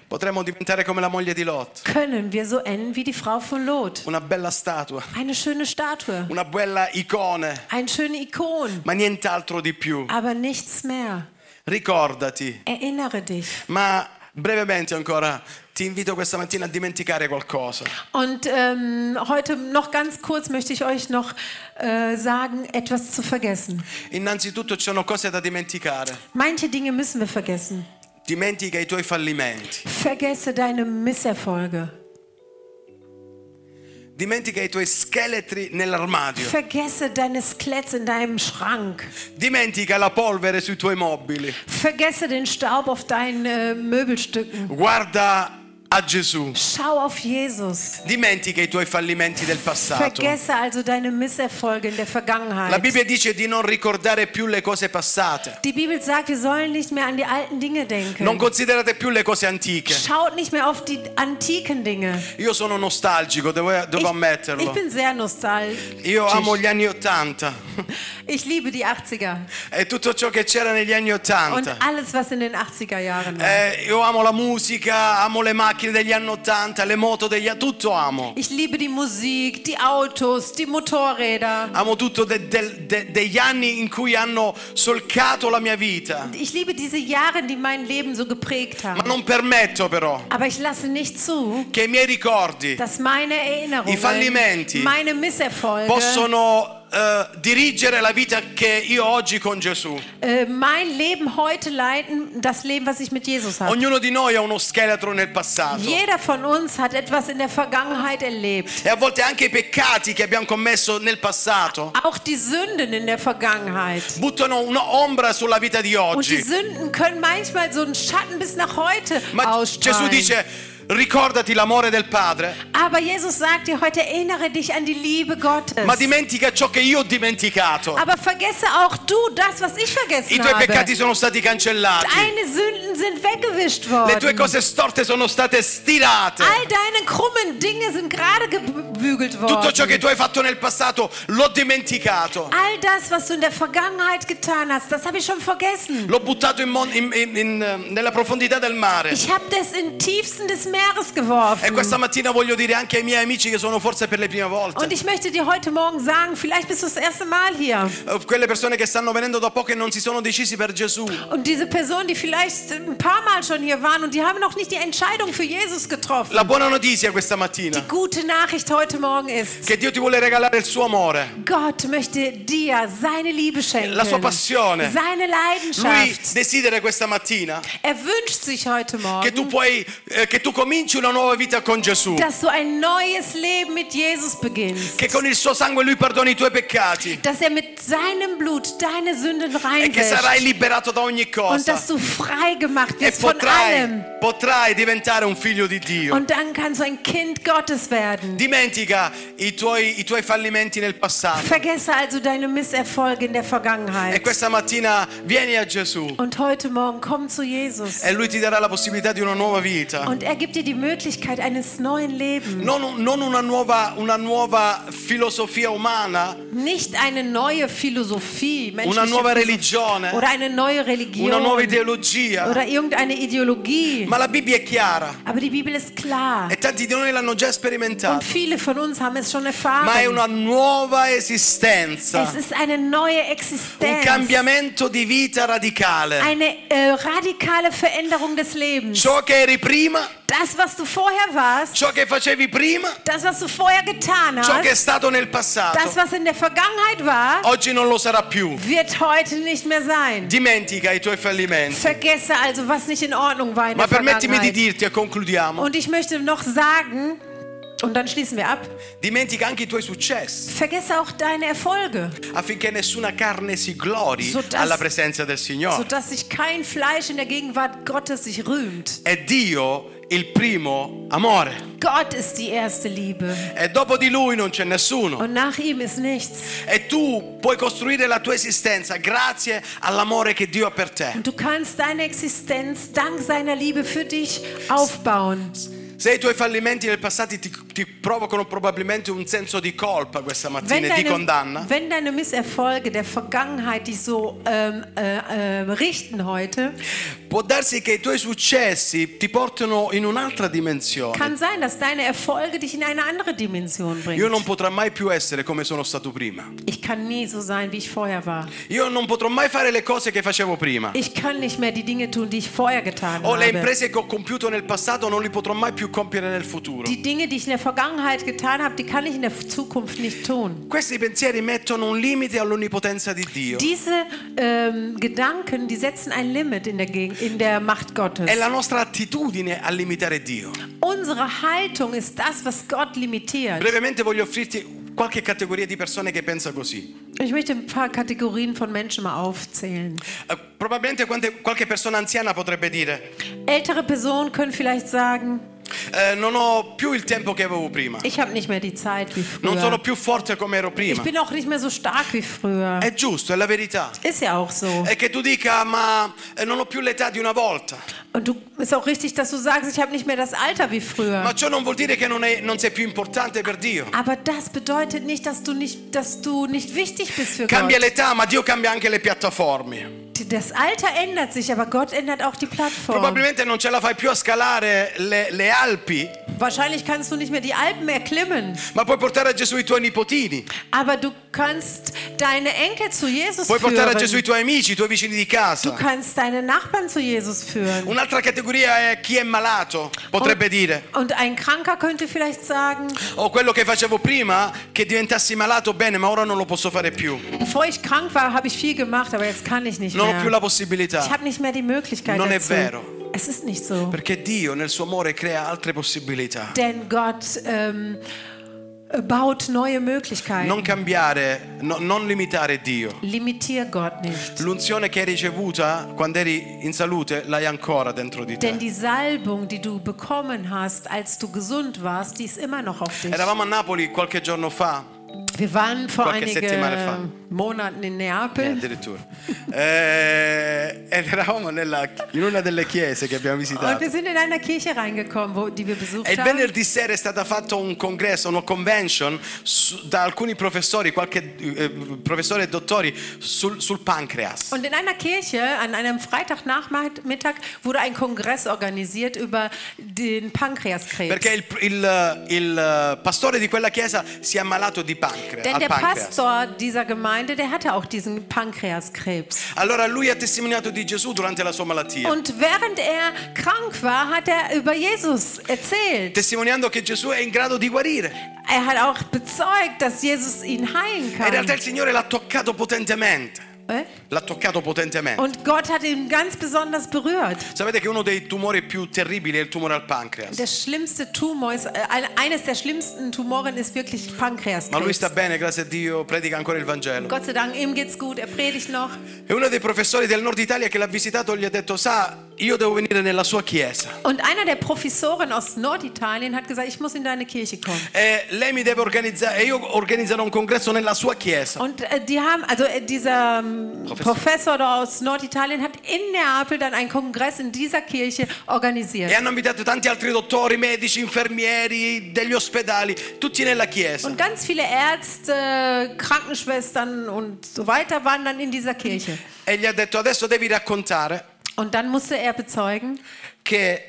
A: potremmo diventare come la moglie di Lot,
B: können wir so enden wie die Frau von Lot.
A: una bella statua,
B: Eine schöne Statue,
A: una bella icona,
B: ein schöne Ikon,
A: ma nient'altro di più.
B: aber nichts mehr.
A: Ricordati,
B: Erinnere dich.
A: ma brevemente ancora, ti invito questa mattina a dimenticare qualcosa.
B: Und ähm, heute noch ganz kurz möchte ich euch noch äh, sagen, etwas zu vergessen.
A: Innanzitutto ci sono cose da dimenticare.
B: Manche Dinge müssen wir vergessen.
A: Dimentica i tuoi fallimenti,
B: Vergesse deine Misserfolge.
A: dimentica i tuoi scheletri nell'armadio,
B: Vergesse deine Skeletts in deinem Schrank.
A: dimentica la polvere sui tuoi mobili.
B: Vergesse den Staub auf deinen äh, Möbelstücken.
A: Guarda a Gesù,
B: Schau auf Jesus.
A: dimentica i tuoi fallimenti del passato.
B: Vergesse also deine Misserfolge in der
A: La
B: Vergangenheit.
A: Bibbia dice di non ricordare più le cose passate,
B: Die Bibel sagt, wir sollen nicht mehr an die alten Dinge
A: non
B: denken.
A: considerate più le cose antiche.
B: Schaut nicht mehr auf die antiken Dinge.
A: Io sono nostalgico, devo, devo
B: Eh, Ich, ich
A: ammetterlo.
B: bin sehr nostalgisch.
A: Io amo gli anni 80
B: Ich liebe die 80er
A: e tutto ciò che c'era negli anni
B: und
A: 80.
B: alles, was in den 80er Jahren war.
A: Eh, io amo la musica, amo le macchine degli anni 80, le moto degli anni... Tutto amo.
B: Ich liebe die Musik, die Autos, die Motorräder.
A: Amo tutto de- del- de- degli anni in cui hanno solcato la mia vita.
B: Ich liebe diese Jahre, die mein Leben so geprägt
A: Ma
B: haben.
A: non permetto però
B: Aber ich lasse nicht zu,
A: che i miei ricordi
B: dass meine Erinnerungen,
A: I fallimenti
B: meine Misserfolge
A: possono eh, dirigere la vita che io ho oggi con Gesù.
B: Äh, mein Leben heute leiten, das Leben, was ich mit Jesus habe.
A: Ognuno di noi ha uno scheletro nel passato.
B: Jeder von uns hat etwas in der Vergangenheit erlebt.
A: E a volte anche i peccati che abbiamo commesso nel passato
B: Auch die Sünden in der Vergangenheit.
A: buttano un'ombra sulla vita di
B: Und die
A: oggi.
B: Sünden können manchmal so einen Schatten bis nach heute
A: Ma Gesù
B: ausstrahlen.
A: dice, ricordati l'amore del Padre,
B: Aber Jesus sagt dir heute, erinnere dich an die Liebe Gottes.
A: ma dimentica ciò che io ho dimenticato.
B: Aber vergesse auch du das, was ich vergessen
A: I tuoi
B: habe.
A: peccati sono stati cancellati,
B: Deine Sünden sind weggewischt worden.
A: le tue cose storte sono state stirate.
B: All deine krummen Dinge sind gerade gebügelt
A: Tutto
B: worden.
A: ciò che tu hai fatto nel passato l'ho dimenticato.
B: All das, was du in der Vergangenheit getan hast, das habe ich schon vergessen.
A: L'ho buttato in mon- in- in- in, eh, nella profondità del mare.
B: Ich habe das in tiefsten des Meeres geworfen.
A: E questa mattina voglio dire anche ai miei amici che sono forse per le prime volte.
B: Und ich möchte dir heute Morgen sagen, vielleicht bist du das erste Mal hier.
A: Eh, Quelle persone che stanno venendo da poco e non si sono decisi per Gesù.
B: Und diese Personen, die vielleicht ein paar Mal schon hier waren und die haben noch nicht die Entscheidung für Jesus getroffen.
A: La buona notizia questa mattina
B: Die gute Nachricht heute Morgen ist,
A: che Dio ti vuole regalare il suo amore.
B: Gott möchte dir seine Liebe schenken.
A: La sua passione.
B: Seine Certo.
A: Lui
B: Leidenschaft.
A: desidera questa mattina
B: Er wünscht sich heute
A: che
B: Morgen,
A: tu puoi eh, che tu cominci una nuova vita con Gesù,
B: dass du ein neues Leben mit Jesus beginnst.
A: che con il suo sangue lui perdoni i tuoi peccati
B: Dass er mit seinem Blut deine Sünden
A: e che sarai
B: reinwäscht.
A: liberato da ogni
B: Und dass
A: cosa
B: du frei gemacht
A: e
B: wirst von allem.
A: potrai potrai diventare un figlio di Dio.
B: Und dann kannst du ein Kind Gottes werden.
A: Dimentica i tuoi i tuoi fallimenti nel passato.
B: Vergesse also deine Misserfolge in der
A: E
B: Vergangenheit.
A: questa mattina vieni a Gesù
B: Und heute Morgen komm zu Jesus.
A: e Lui ti darà la possibilità di una nuova vita.
B: Und er gibt dir die Möglichkeit eines neuen Lebens.
A: Non, non una, nuova, una nuova filosofia umana,
B: Nicht eine neue Philosophie,
A: una
B: menschliche
A: nuova
B: Philosophie
A: religione,
B: oder eine neue Religion
A: una nuova ideologia,
B: oder irgendeine Ideologie.
A: ma la Bibbia è chiara
B: Aber die Bibel ist klar.
A: e tanti di noi l'hanno già
B: Und
A: sperimentata,
B: viele von uns haben es schon
A: ma è
B: erfahren.
A: una nuova
B: Es
A: esistenza,
B: ist eine neue
A: un
B: Existenz.
A: cambiamento di vita radicale.
B: Eine äh, radikale Veränderung des Lebens.
A: Ciò che eri prima,
B: Das, was du vorher warst,
A: ciò che facevi prima,
B: das, was du vorher getan
A: ciò che
B: hast,
A: è stato nel
B: das,
A: passato,
B: was in der Vergangenheit war,
A: oggi non lo sarà più.
B: wird heute nicht mehr sein.
A: Dimentica i tuoi fallimenti.
B: Vergesse also, was nicht in Ordnung war in
A: Ma
B: der
A: permettimi di
B: Vergangenheit.
A: dirti e concludiamo,
B: Und ich möchte noch sagen, und dann schließen wir ab,
A: dimentica anche i tuoi successi
B: vergesse auch deine Erfolge,
A: affinché nessuna carne si glori
B: Sodass-
A: alla presenza del Signore.
B: sodass sich kein Fleisch in der Gegenwart Gottes sich rühmt.
A: È Dio il primo amore
B: Gott ist die erste Liebe
A: e dopo di Lui non c'è nessuno.
B: und nach ihm ist nichts.
A: E tu puoi costruire la tua esistenza grazie all'amore che Dio ha per te.
B: Und du kannst deine Existenz dank seiner Liebe für dich aufbauen.
A: Se i tuoi fallimenti del passato ti, ti provocano probabilmente un senso di colpa questa
B: Wenn
A: mattina e di condanna,
B: deine, wenn deine Misserfolge der Vergangenheit dich so ähm, äh, äh, richten heute,
A: può darsi che i tuoi successi ti portino in un'altra dimensione.
B: kann sein, dass deine Erfolge dich in eine andere Dimension
A: Io
B: bringen.
A: non potrò mai più essere come sono stato prima.
B: Ich kann nie so sein, wie ich vorher war.
A: Io non potrò mai fare le cose che facevo prima.
B: Ich kann nicht mehr die Dinge tun, die ich vorher getan
A: O le
B: habe.
A: imprese che ho compiuto nel passato non le potrò mai più compiere nel futuro.
B: Die Dinge, die ich in der Vergangenheit getan habe, die kann ich in der Zukunft nicht tun.
A: Questi pensieri mettono un limite all'onnipotenza di Dio.
B: Diese ähm, Gedanken, die setzen ein Limit in der, Geg- in der Macht Gottes.
A: È la nostra attitudine a limitare Dio.
B: Unsere Haltung ist das, was Gott limitiert.
A: Brevemente voglio offrirti qualche categoria di persone che pensa così.
B: Ich möchte ein paar Kategorien von Menschen mal aufzählen.
A: Eh, probabilmente quante- qualche persona anziana potrebbe dire
B: Ältere Personen können vielleicht sagen,
A: eh, non ho più il tempo che avevo prima,
B: ich habe nicht mehr die Zeit wie
A: non sono
B: früher.
A: più forte come ero
B: Ich
A: prima.
B: bin auch nicht mehr so stark wie früher.
A: È giusto, è la verità.
B: Ist ja auch so.
A: E che tu dica ma eh, non ho più l'età di una volta.
B: Und du ist auch richtig, dass du sagst, ich habe nicht mehr das Alter wie früher.
A: Ma ciò non vuol dire che non, è- non sei più importante per Dio.
B: Aber das bedeutet nicht, dass du nicht, dass du nicht wichtig bist für
A: Cambia Oh.
B: Gott.
A: l'età, ma Dio cambia anche le piattaforme.
B: Das Alter ändert sich, aber Gott ändert auch die Plattform.
A: Probabilmente non ce la fai più a scalare le, le Alpi,
B: Wahrscheinlich kannst du nicht mehr die Alpen erklimmen,
A: ma puoi portare a Gesù i tuoi nipotini,
B: aber du kannst deine Enkel zu Jesus
A: puoi portare a Gesù i
B: führen.
A: tuoi amici, i tuoi vicini di
B: Du
A: casa.
B: kannst deine Nachbarn zu Jesus führen.
A: Un'altra categoria è chi è malato, potrebbe dire.
B: Und ein Kranker könnte vielleicht sagen,
A: O quello che facevo prima, che diventassi malato bene, ma ora non lo posso fare più.
B: bevor ich krank war, habe ich viel gemacht, aber jetzt kann ich nicht
A: Non ho più la
B: mehr. Ich
A: possibilità.
B: habe nicht mehr die Möglichkeit
A: Non è
B: dazu.
A: vero.
B: Es ist nicht so.
A: Perché Dio nel suo amore crea altre possibilità.
B: Denn Gott ähm, baut neue Möglichkeiten.
A: Non cambiare, no- non limitare Dio.
B: Limitier Gott nicht.
A: L'unzione che hai ricevuta quando eri in salute l'hai ancora dentro di
B: Denn
A: te.
B: die Salbung, die du bekommen hast, als du gesund warst, die ist immer noch auf dich.
A: Eravamo a Napoli qualche giorno fa,
B: Wir waren vor
A: Qualche settimana fa.
B: einigen Monaten in
A: eh,
B: Neapel
A: addirittura, Eh, ed eravamo nella- in una delle chiese che abbiamo
B: und
A: visitato.
B: wir sind in einer Kirche reingekommen, wo, die wir besucht
A: E il
B: haben.
A: venerdì sera è stato fatto un congresso, una convention su- da alcuni professori, qualche eh, professore e dottori sul, sul pancreas.
B: Und in einer Kirche an einem Freitagnachmittag wurde ein Kongress organisiert über den Pankreaskrebs.
A: Perché il, il- il pastore di quella chiesa si è ammalato di pancre-
B: Denn
A: al
B: der
A: pancreas.
B: Pastor dieser Gemeinde, der hatte auch diesen Pankreaskrebs.
A: Allora lui ha testimoniato di Gesù durante la sua malattia,
B: Und während er krank war, hat er über Jesus erzählt.
A: testimoniando che Gesù è in grado di guarire.
B: Er hat auch bezeugt, dass Jesus ihn heilen
A: E in realtà
B: kann.
A: il Signore l'ha toccato potentemente.
B: Äh?
A: L'ha toccato potentemente.
B: Und Gott hat ihn ganz besonders berührt.
A: Sapete che uno dei tumori più terribili è il tumore al pancreas.
B: Der schlimmste Tumor ist, äh, ein- eines der schlimmsten Tumoren ist wirklich
A: Ma lui
B: Pankreaskrebs.
A: sta bene, grazie a Dio, predica ancora il Vangelo.
B: Gott sei Dank, ihm geht's gut, er predigt noch.
A: E uno dei professori del nord Italia che l'ha visitato gli ha detto, sa, io devo venire nella sua chiesa.
B: Und einer der Professoren aus Norditalien hat gesagt, ich muss in deine Kirche kommen.
A: E lei mi deve organizzare, e io organizzerò un congresso nella sua chiesa.
B: Und äh, die haben, also äh, dieser ähm,
A: Professor.
B: Professor da aus Norditalien hat in Neapel dann einen Kongress in dieser Kirche
A: E
B: organisiert.
A: hanno invitato tanti altri dottori, medici, infermieri, degli ospedali, tutti nella chiesa.
B: Und ganz viele Ärzte, Krankenschwestern und so weiter waren dann in dieser Kirche.
A: E gli ha detto, adesso devi raccontare
B: Und dann musste er bezeugen,
A: che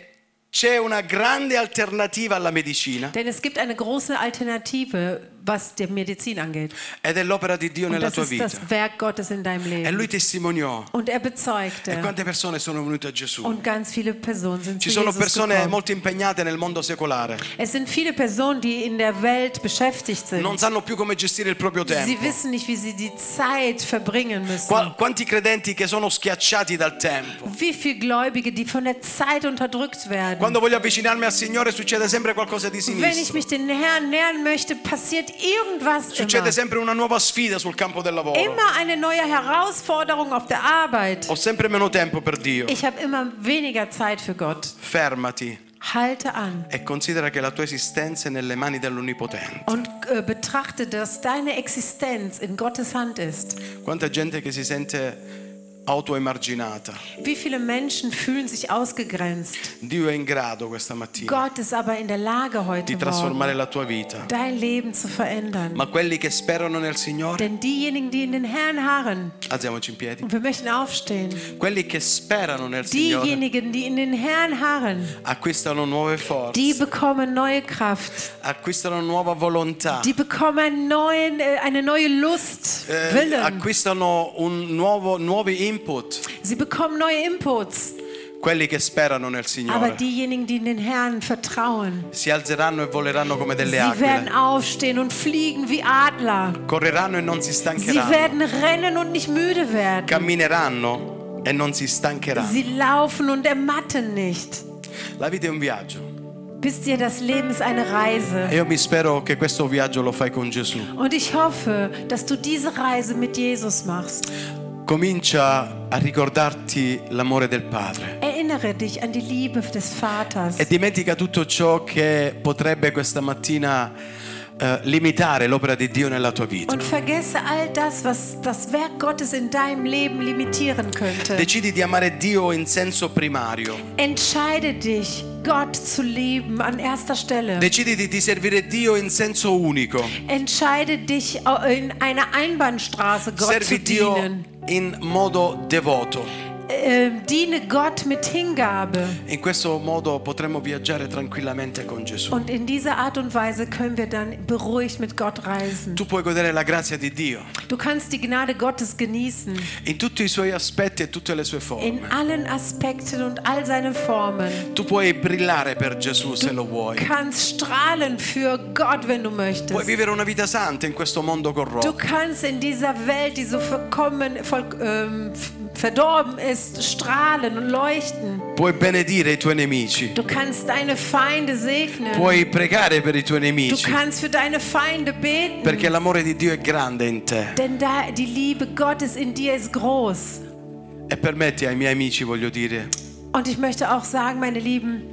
A: c'è una grande alternativa alla medicina
B: denn es gibt eine große Alternative, was die Medizin angeht.
A: ed è l'opera di Dio
B: Und
A: nella
B: das
A: tua
B: ist
A: vita.
B: das Werk Gottes in deinem
A: E
B: Leben.
A: lui testimoniò.
B: Und er
A: E
B: bezeugte.
A: quante persone sono venute a Gesù?
B: Und ganz viele Personen sind
A: Ci
B: zu
A: sono
B: Oh, Jesus
A: persone
B: gekommen.
A: molto impegnate nel mondo secolare.
B: Es sind viele Personen, die in der Welt beschäftigt sind.
A: Non sanno più come gestire il proprio tempo.
B: Sie wissen nicht, wie sie die Zeit verbringen müssen.
A: Qua- quanti credenti che sono schiacciati dal tempo.
B: Wie viele Gläubige, die von der Zeit unterdrückt werden.
A: Quando voglio avvicinarmi al Signore succede sempre qualcosa di
B: Wenn ich
A: sinistro.
B: mich den Herrn nähern möchte, passiert irgendwas
A: Succede
B: immer.
A: sempre una nuova sfida sul campo del lavoro.
B: Immer eine neue Herausforderung auf der Arbeit.
A: Ho sempre meno tempo per Dio.
B: Ich habe immer weniger Zeit für Gott.
A: Fermati
B: Halte an
A: e considera che la tua esistenza è nelle mani dell'Onnipotente.
B: und äh, betrachte, dass deine Existenz in Gottes Hand ist.
A: Quanta gente che si sente autoemarginata.
B: Wie viele Menschen fühlen sich ausgegrenzt?
A: Dio è in grado questa mattina
B: Gott ist aber in der Lage
A: di
B: heute Morgen,
A: trasformare la tua vita.
B: dein Leben zu verändern.
A: Ma quelli che sperano nel Signore,
B: Denn diejenigen, die in den Herrn harren,
A: alziamoci in piedi,
B: und wir möchten aufstehen,
A: quelli che sperano nel Signore
B: diejenigen, die in den Herrn harren,
A: acquistano nuove
B: die
A: forze.
B: bekommen neue Kraft,
A: acquistano nuova volontà,
B: die bekommen einen neuen, äh, eine neue Lust,
A: eh,
B: Willen,
A: acquistano un nuovo, nuovi input,
B: sie bekommen neue Inputs.
A: quelli che sperano nel
B: Aber
A: Signore.
B: diejenigen, die in den Herrn vertrauen,
A: Si alzeranno e voleranno come
B: sie
A: delle
B: werden
A: aquile,
B: aufstehen und fliegen wie Adler.
A: correranno e non si
B: Sie
A: stancheranno,
B: werden rennen und nicht müde werden.
A: cammineranno e non si stancheranno.
B: Sie laufen und ermatten nicht.
A: La vita è un viaggio
B: Wisst ihr, das Leben ist eine Reise.
A: e io mi spero che questo viaggio lo fai con Gesù.
B: Und ich hoffe, dass du diese Reise mit Jesus machst.
A: Comincia a ricordarti l'amore del Padre
B: Erinnere dich an die Liebe des Vaters
A: e dimentica tutto ciò che potrebbe questa mattina eh, limitare l'opera di Dio nella tua vita.
B: und vergesse all das, was das Werk Gottes in deinem Leben limitieren könnte.
A: Decidi di amare Dio in senso primario.
B: Entscheide dich, Gott zu lieben an erster Stelle.
A: Deciditi di servire Dio in senso unico.
B: Entscheide dich, in einer Einbahnstraße Gott zu
A: Servi Dio
B: dienen.
A: in modo devoto.
B: äh, diene Gott mit Hingabe.
A: In questo modo potremo viaggiare tranquillamente con Gesù.
B: Und in dieser Art und Weise können wir dann beruhigt mit Gott reisen.
A: Tu puoi godere la grazia di Dio
B: Du kannst die Gnade Gottes genießen.
A: in tutti i suoi aspetti e tutte le sue
B: In
A: forme.
B: allen Aspekten und all seinen Formen.
A: Tu puoi brillare per Gesù se lo vuoi.
B: kannst strahlen für Gott, wenn du
A: Puoi
B: möchtest.
A: vivere una vita santa in questo mondo
B: Du
A: corrotto.
B: kannst in dieser Welt, die so verkommen, voll, ähm, f- verdorben ist, strahlen und leuchten.
A: Puoi benedire i tuoi nemici.
B: Du kannst deine Feinde segnen.
A: Puoi pregare per i tuoi
B: Du
A: nemici.
B: kannst für deine Feinde beten.
A: Perché l'amore di Dio è grande in te.
B: Denn da die Liebe Gottes in dir ist groß.
A: E permetti ai miei amici, voglio dire,
B: Und ich möchte auch sagen, meine Lieben,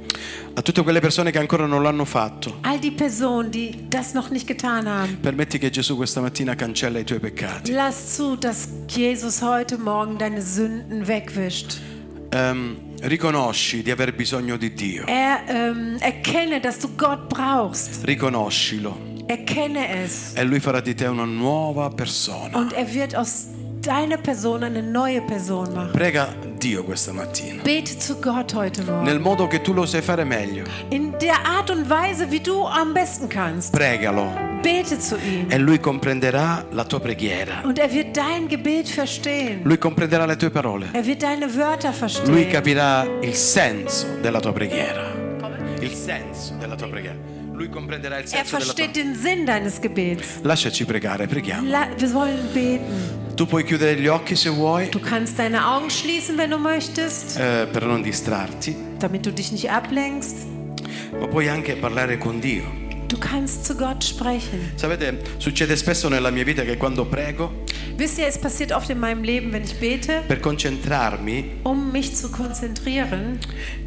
A: a tutte quelle persone che ancora non l'hanno fatto,
B: all die Personen, die das noch nicht getan haben,
A: permetti che Gesù questa mattina cancella i tuoi peccati.
B: lass zu, dass Jesus heute Morgen deine Sünden wegwischt.
A: Ehm, riconosci di aver bisogno di Dio.
B: Er, ähm, erkenne, dass du Gott brauchst.
A: Riconoscilo.
B: Erkenne es.
A: E lui farà di te una nuova persona.
B: Und er wird aus deiner Person eine neue Person machen.
A: Prega Dio questa mattina.
B: Bete zu Gott heute Morgen.
A: Nel modo che tu lo sai fare meglio.
B: In der Art und Weise, wie du am besten kannst.
A: Pregalo.
B: Bete zu ihm.
A: E lui comprenderà la tua preghiera.
B: Und er wird dein Gebet verstehen.
A: Lui comprenderà le tue parole.
B: Er wird deine Wörter
A: Lui
B: verstehen.
A: capirà il senso della tua preghiera. Il senso della tua preghiera. Lui comprenderà il
B: Er
A: senso della tua
B: versteht den Sinn deines Gebets.
A: Lasciaci pregare, preghiamo.
B: La wir wollen beten.
A: Tu puoi chiudere gli occhi se vuoi,
B: Du kannst deine Augen schließen, wenn du möchtest,
A: eh, per non distrarti,
B: damit du dich nicht ablenkst.
A: ma puoi anche parlare con Dio.
B: Du kannst zu Gott sprechen.
A: Sapete, succede spesso nella mia vita che quando prego,
B: Wisst ihr, es passiert oft in meinem Leben, wenn ich bete,
A: per concentrarmi,
B: um mich zu konzentrieren,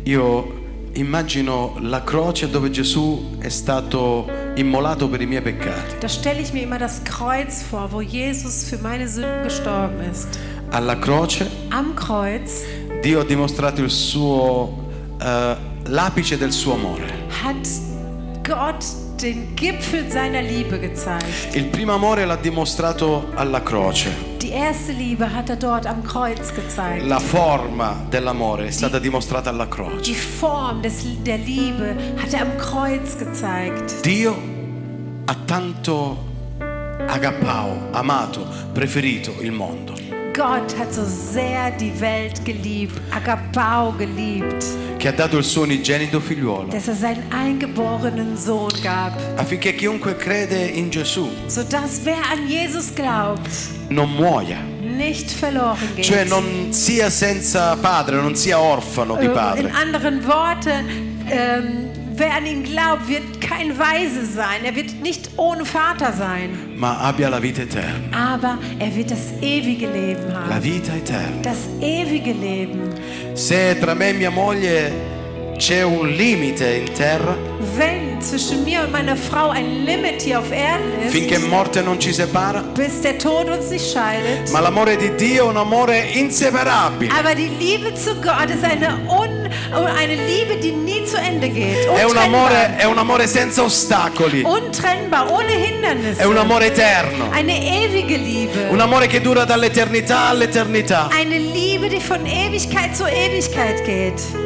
A: io immagino la croce dove Gesù è stato immolato per i miei peccati.
B: da stelle ich mir immer das Kreuz vor, wo Jesus für meine Sünden gestorben ist.
A: Alla croce
B: Am Kreuz
A: Dio ha dimostrato il suo eh, l'apice del suo amore.
B: hat Gott den Gipfel seiner Liebe gezeigt.
A: Il primo amore l'ha dimostrato alla croce.
B: Die erste Liebe hat er dort am Kreuz gezeigt.
A: La forma dell'amore è stata dimostrata alla croce.
B: Die Form des, der Liebe hat er am Kreuz gezeigt.
A: Dio ha tanto agapao, amato, preferito il mondo,
B: Gott hat so sehr die Welt geliebt, Agapao geliebt,
A: che ha dato il suo unigenito figliuolo,
B: dass er seinen eingeborenen Sohn gab.
A: affinché chiunque crede in Gesù
B: sodass wer an Jesus glaubt,
A: non muoia,
B: nicht verloren geht.
A: cioè non sia senza padre, non sia orfano di
B: Ähm, In
A: padre.
B: anderen Worten, ähm, wer an ihn glaubt, wird kein Weise sein. Er wird nicht ohne Vater sein,
A: Ma abbia la vita eterna,
B: aber er wird das ewige Leben
A: la
B: haben.
A: vita eterna.
B: Das ewige Leben.
A: Se tra me e mia moglie c'è un limite in terra,
B: Wenn zwischen mir und meiner Frau ein Limit hier auf Erden
A: Finché
B: ist,
A: morte non ci separa,
B: bis der Tod uns nicht scheidet.
A: ma l'amore di Dio è un amore inseparabile.
B: Aber die Liebe zu Gott ist eine, un, eine Liebe, die nie zu Ende geht.
A: È un
B: Untrennbar.
A: amore, è un amore senza ostacoli,
B: Untrennbar, ohne
A: è
B: Hindernisse.
A: un amore eterno,
B: Eine ewige Liebe.
A: un amore che
B: Ah,
A: dura dall'eternità all'eternità.
B: Eine Liebe, die von Ewigkeit zu Ewigkeit geht.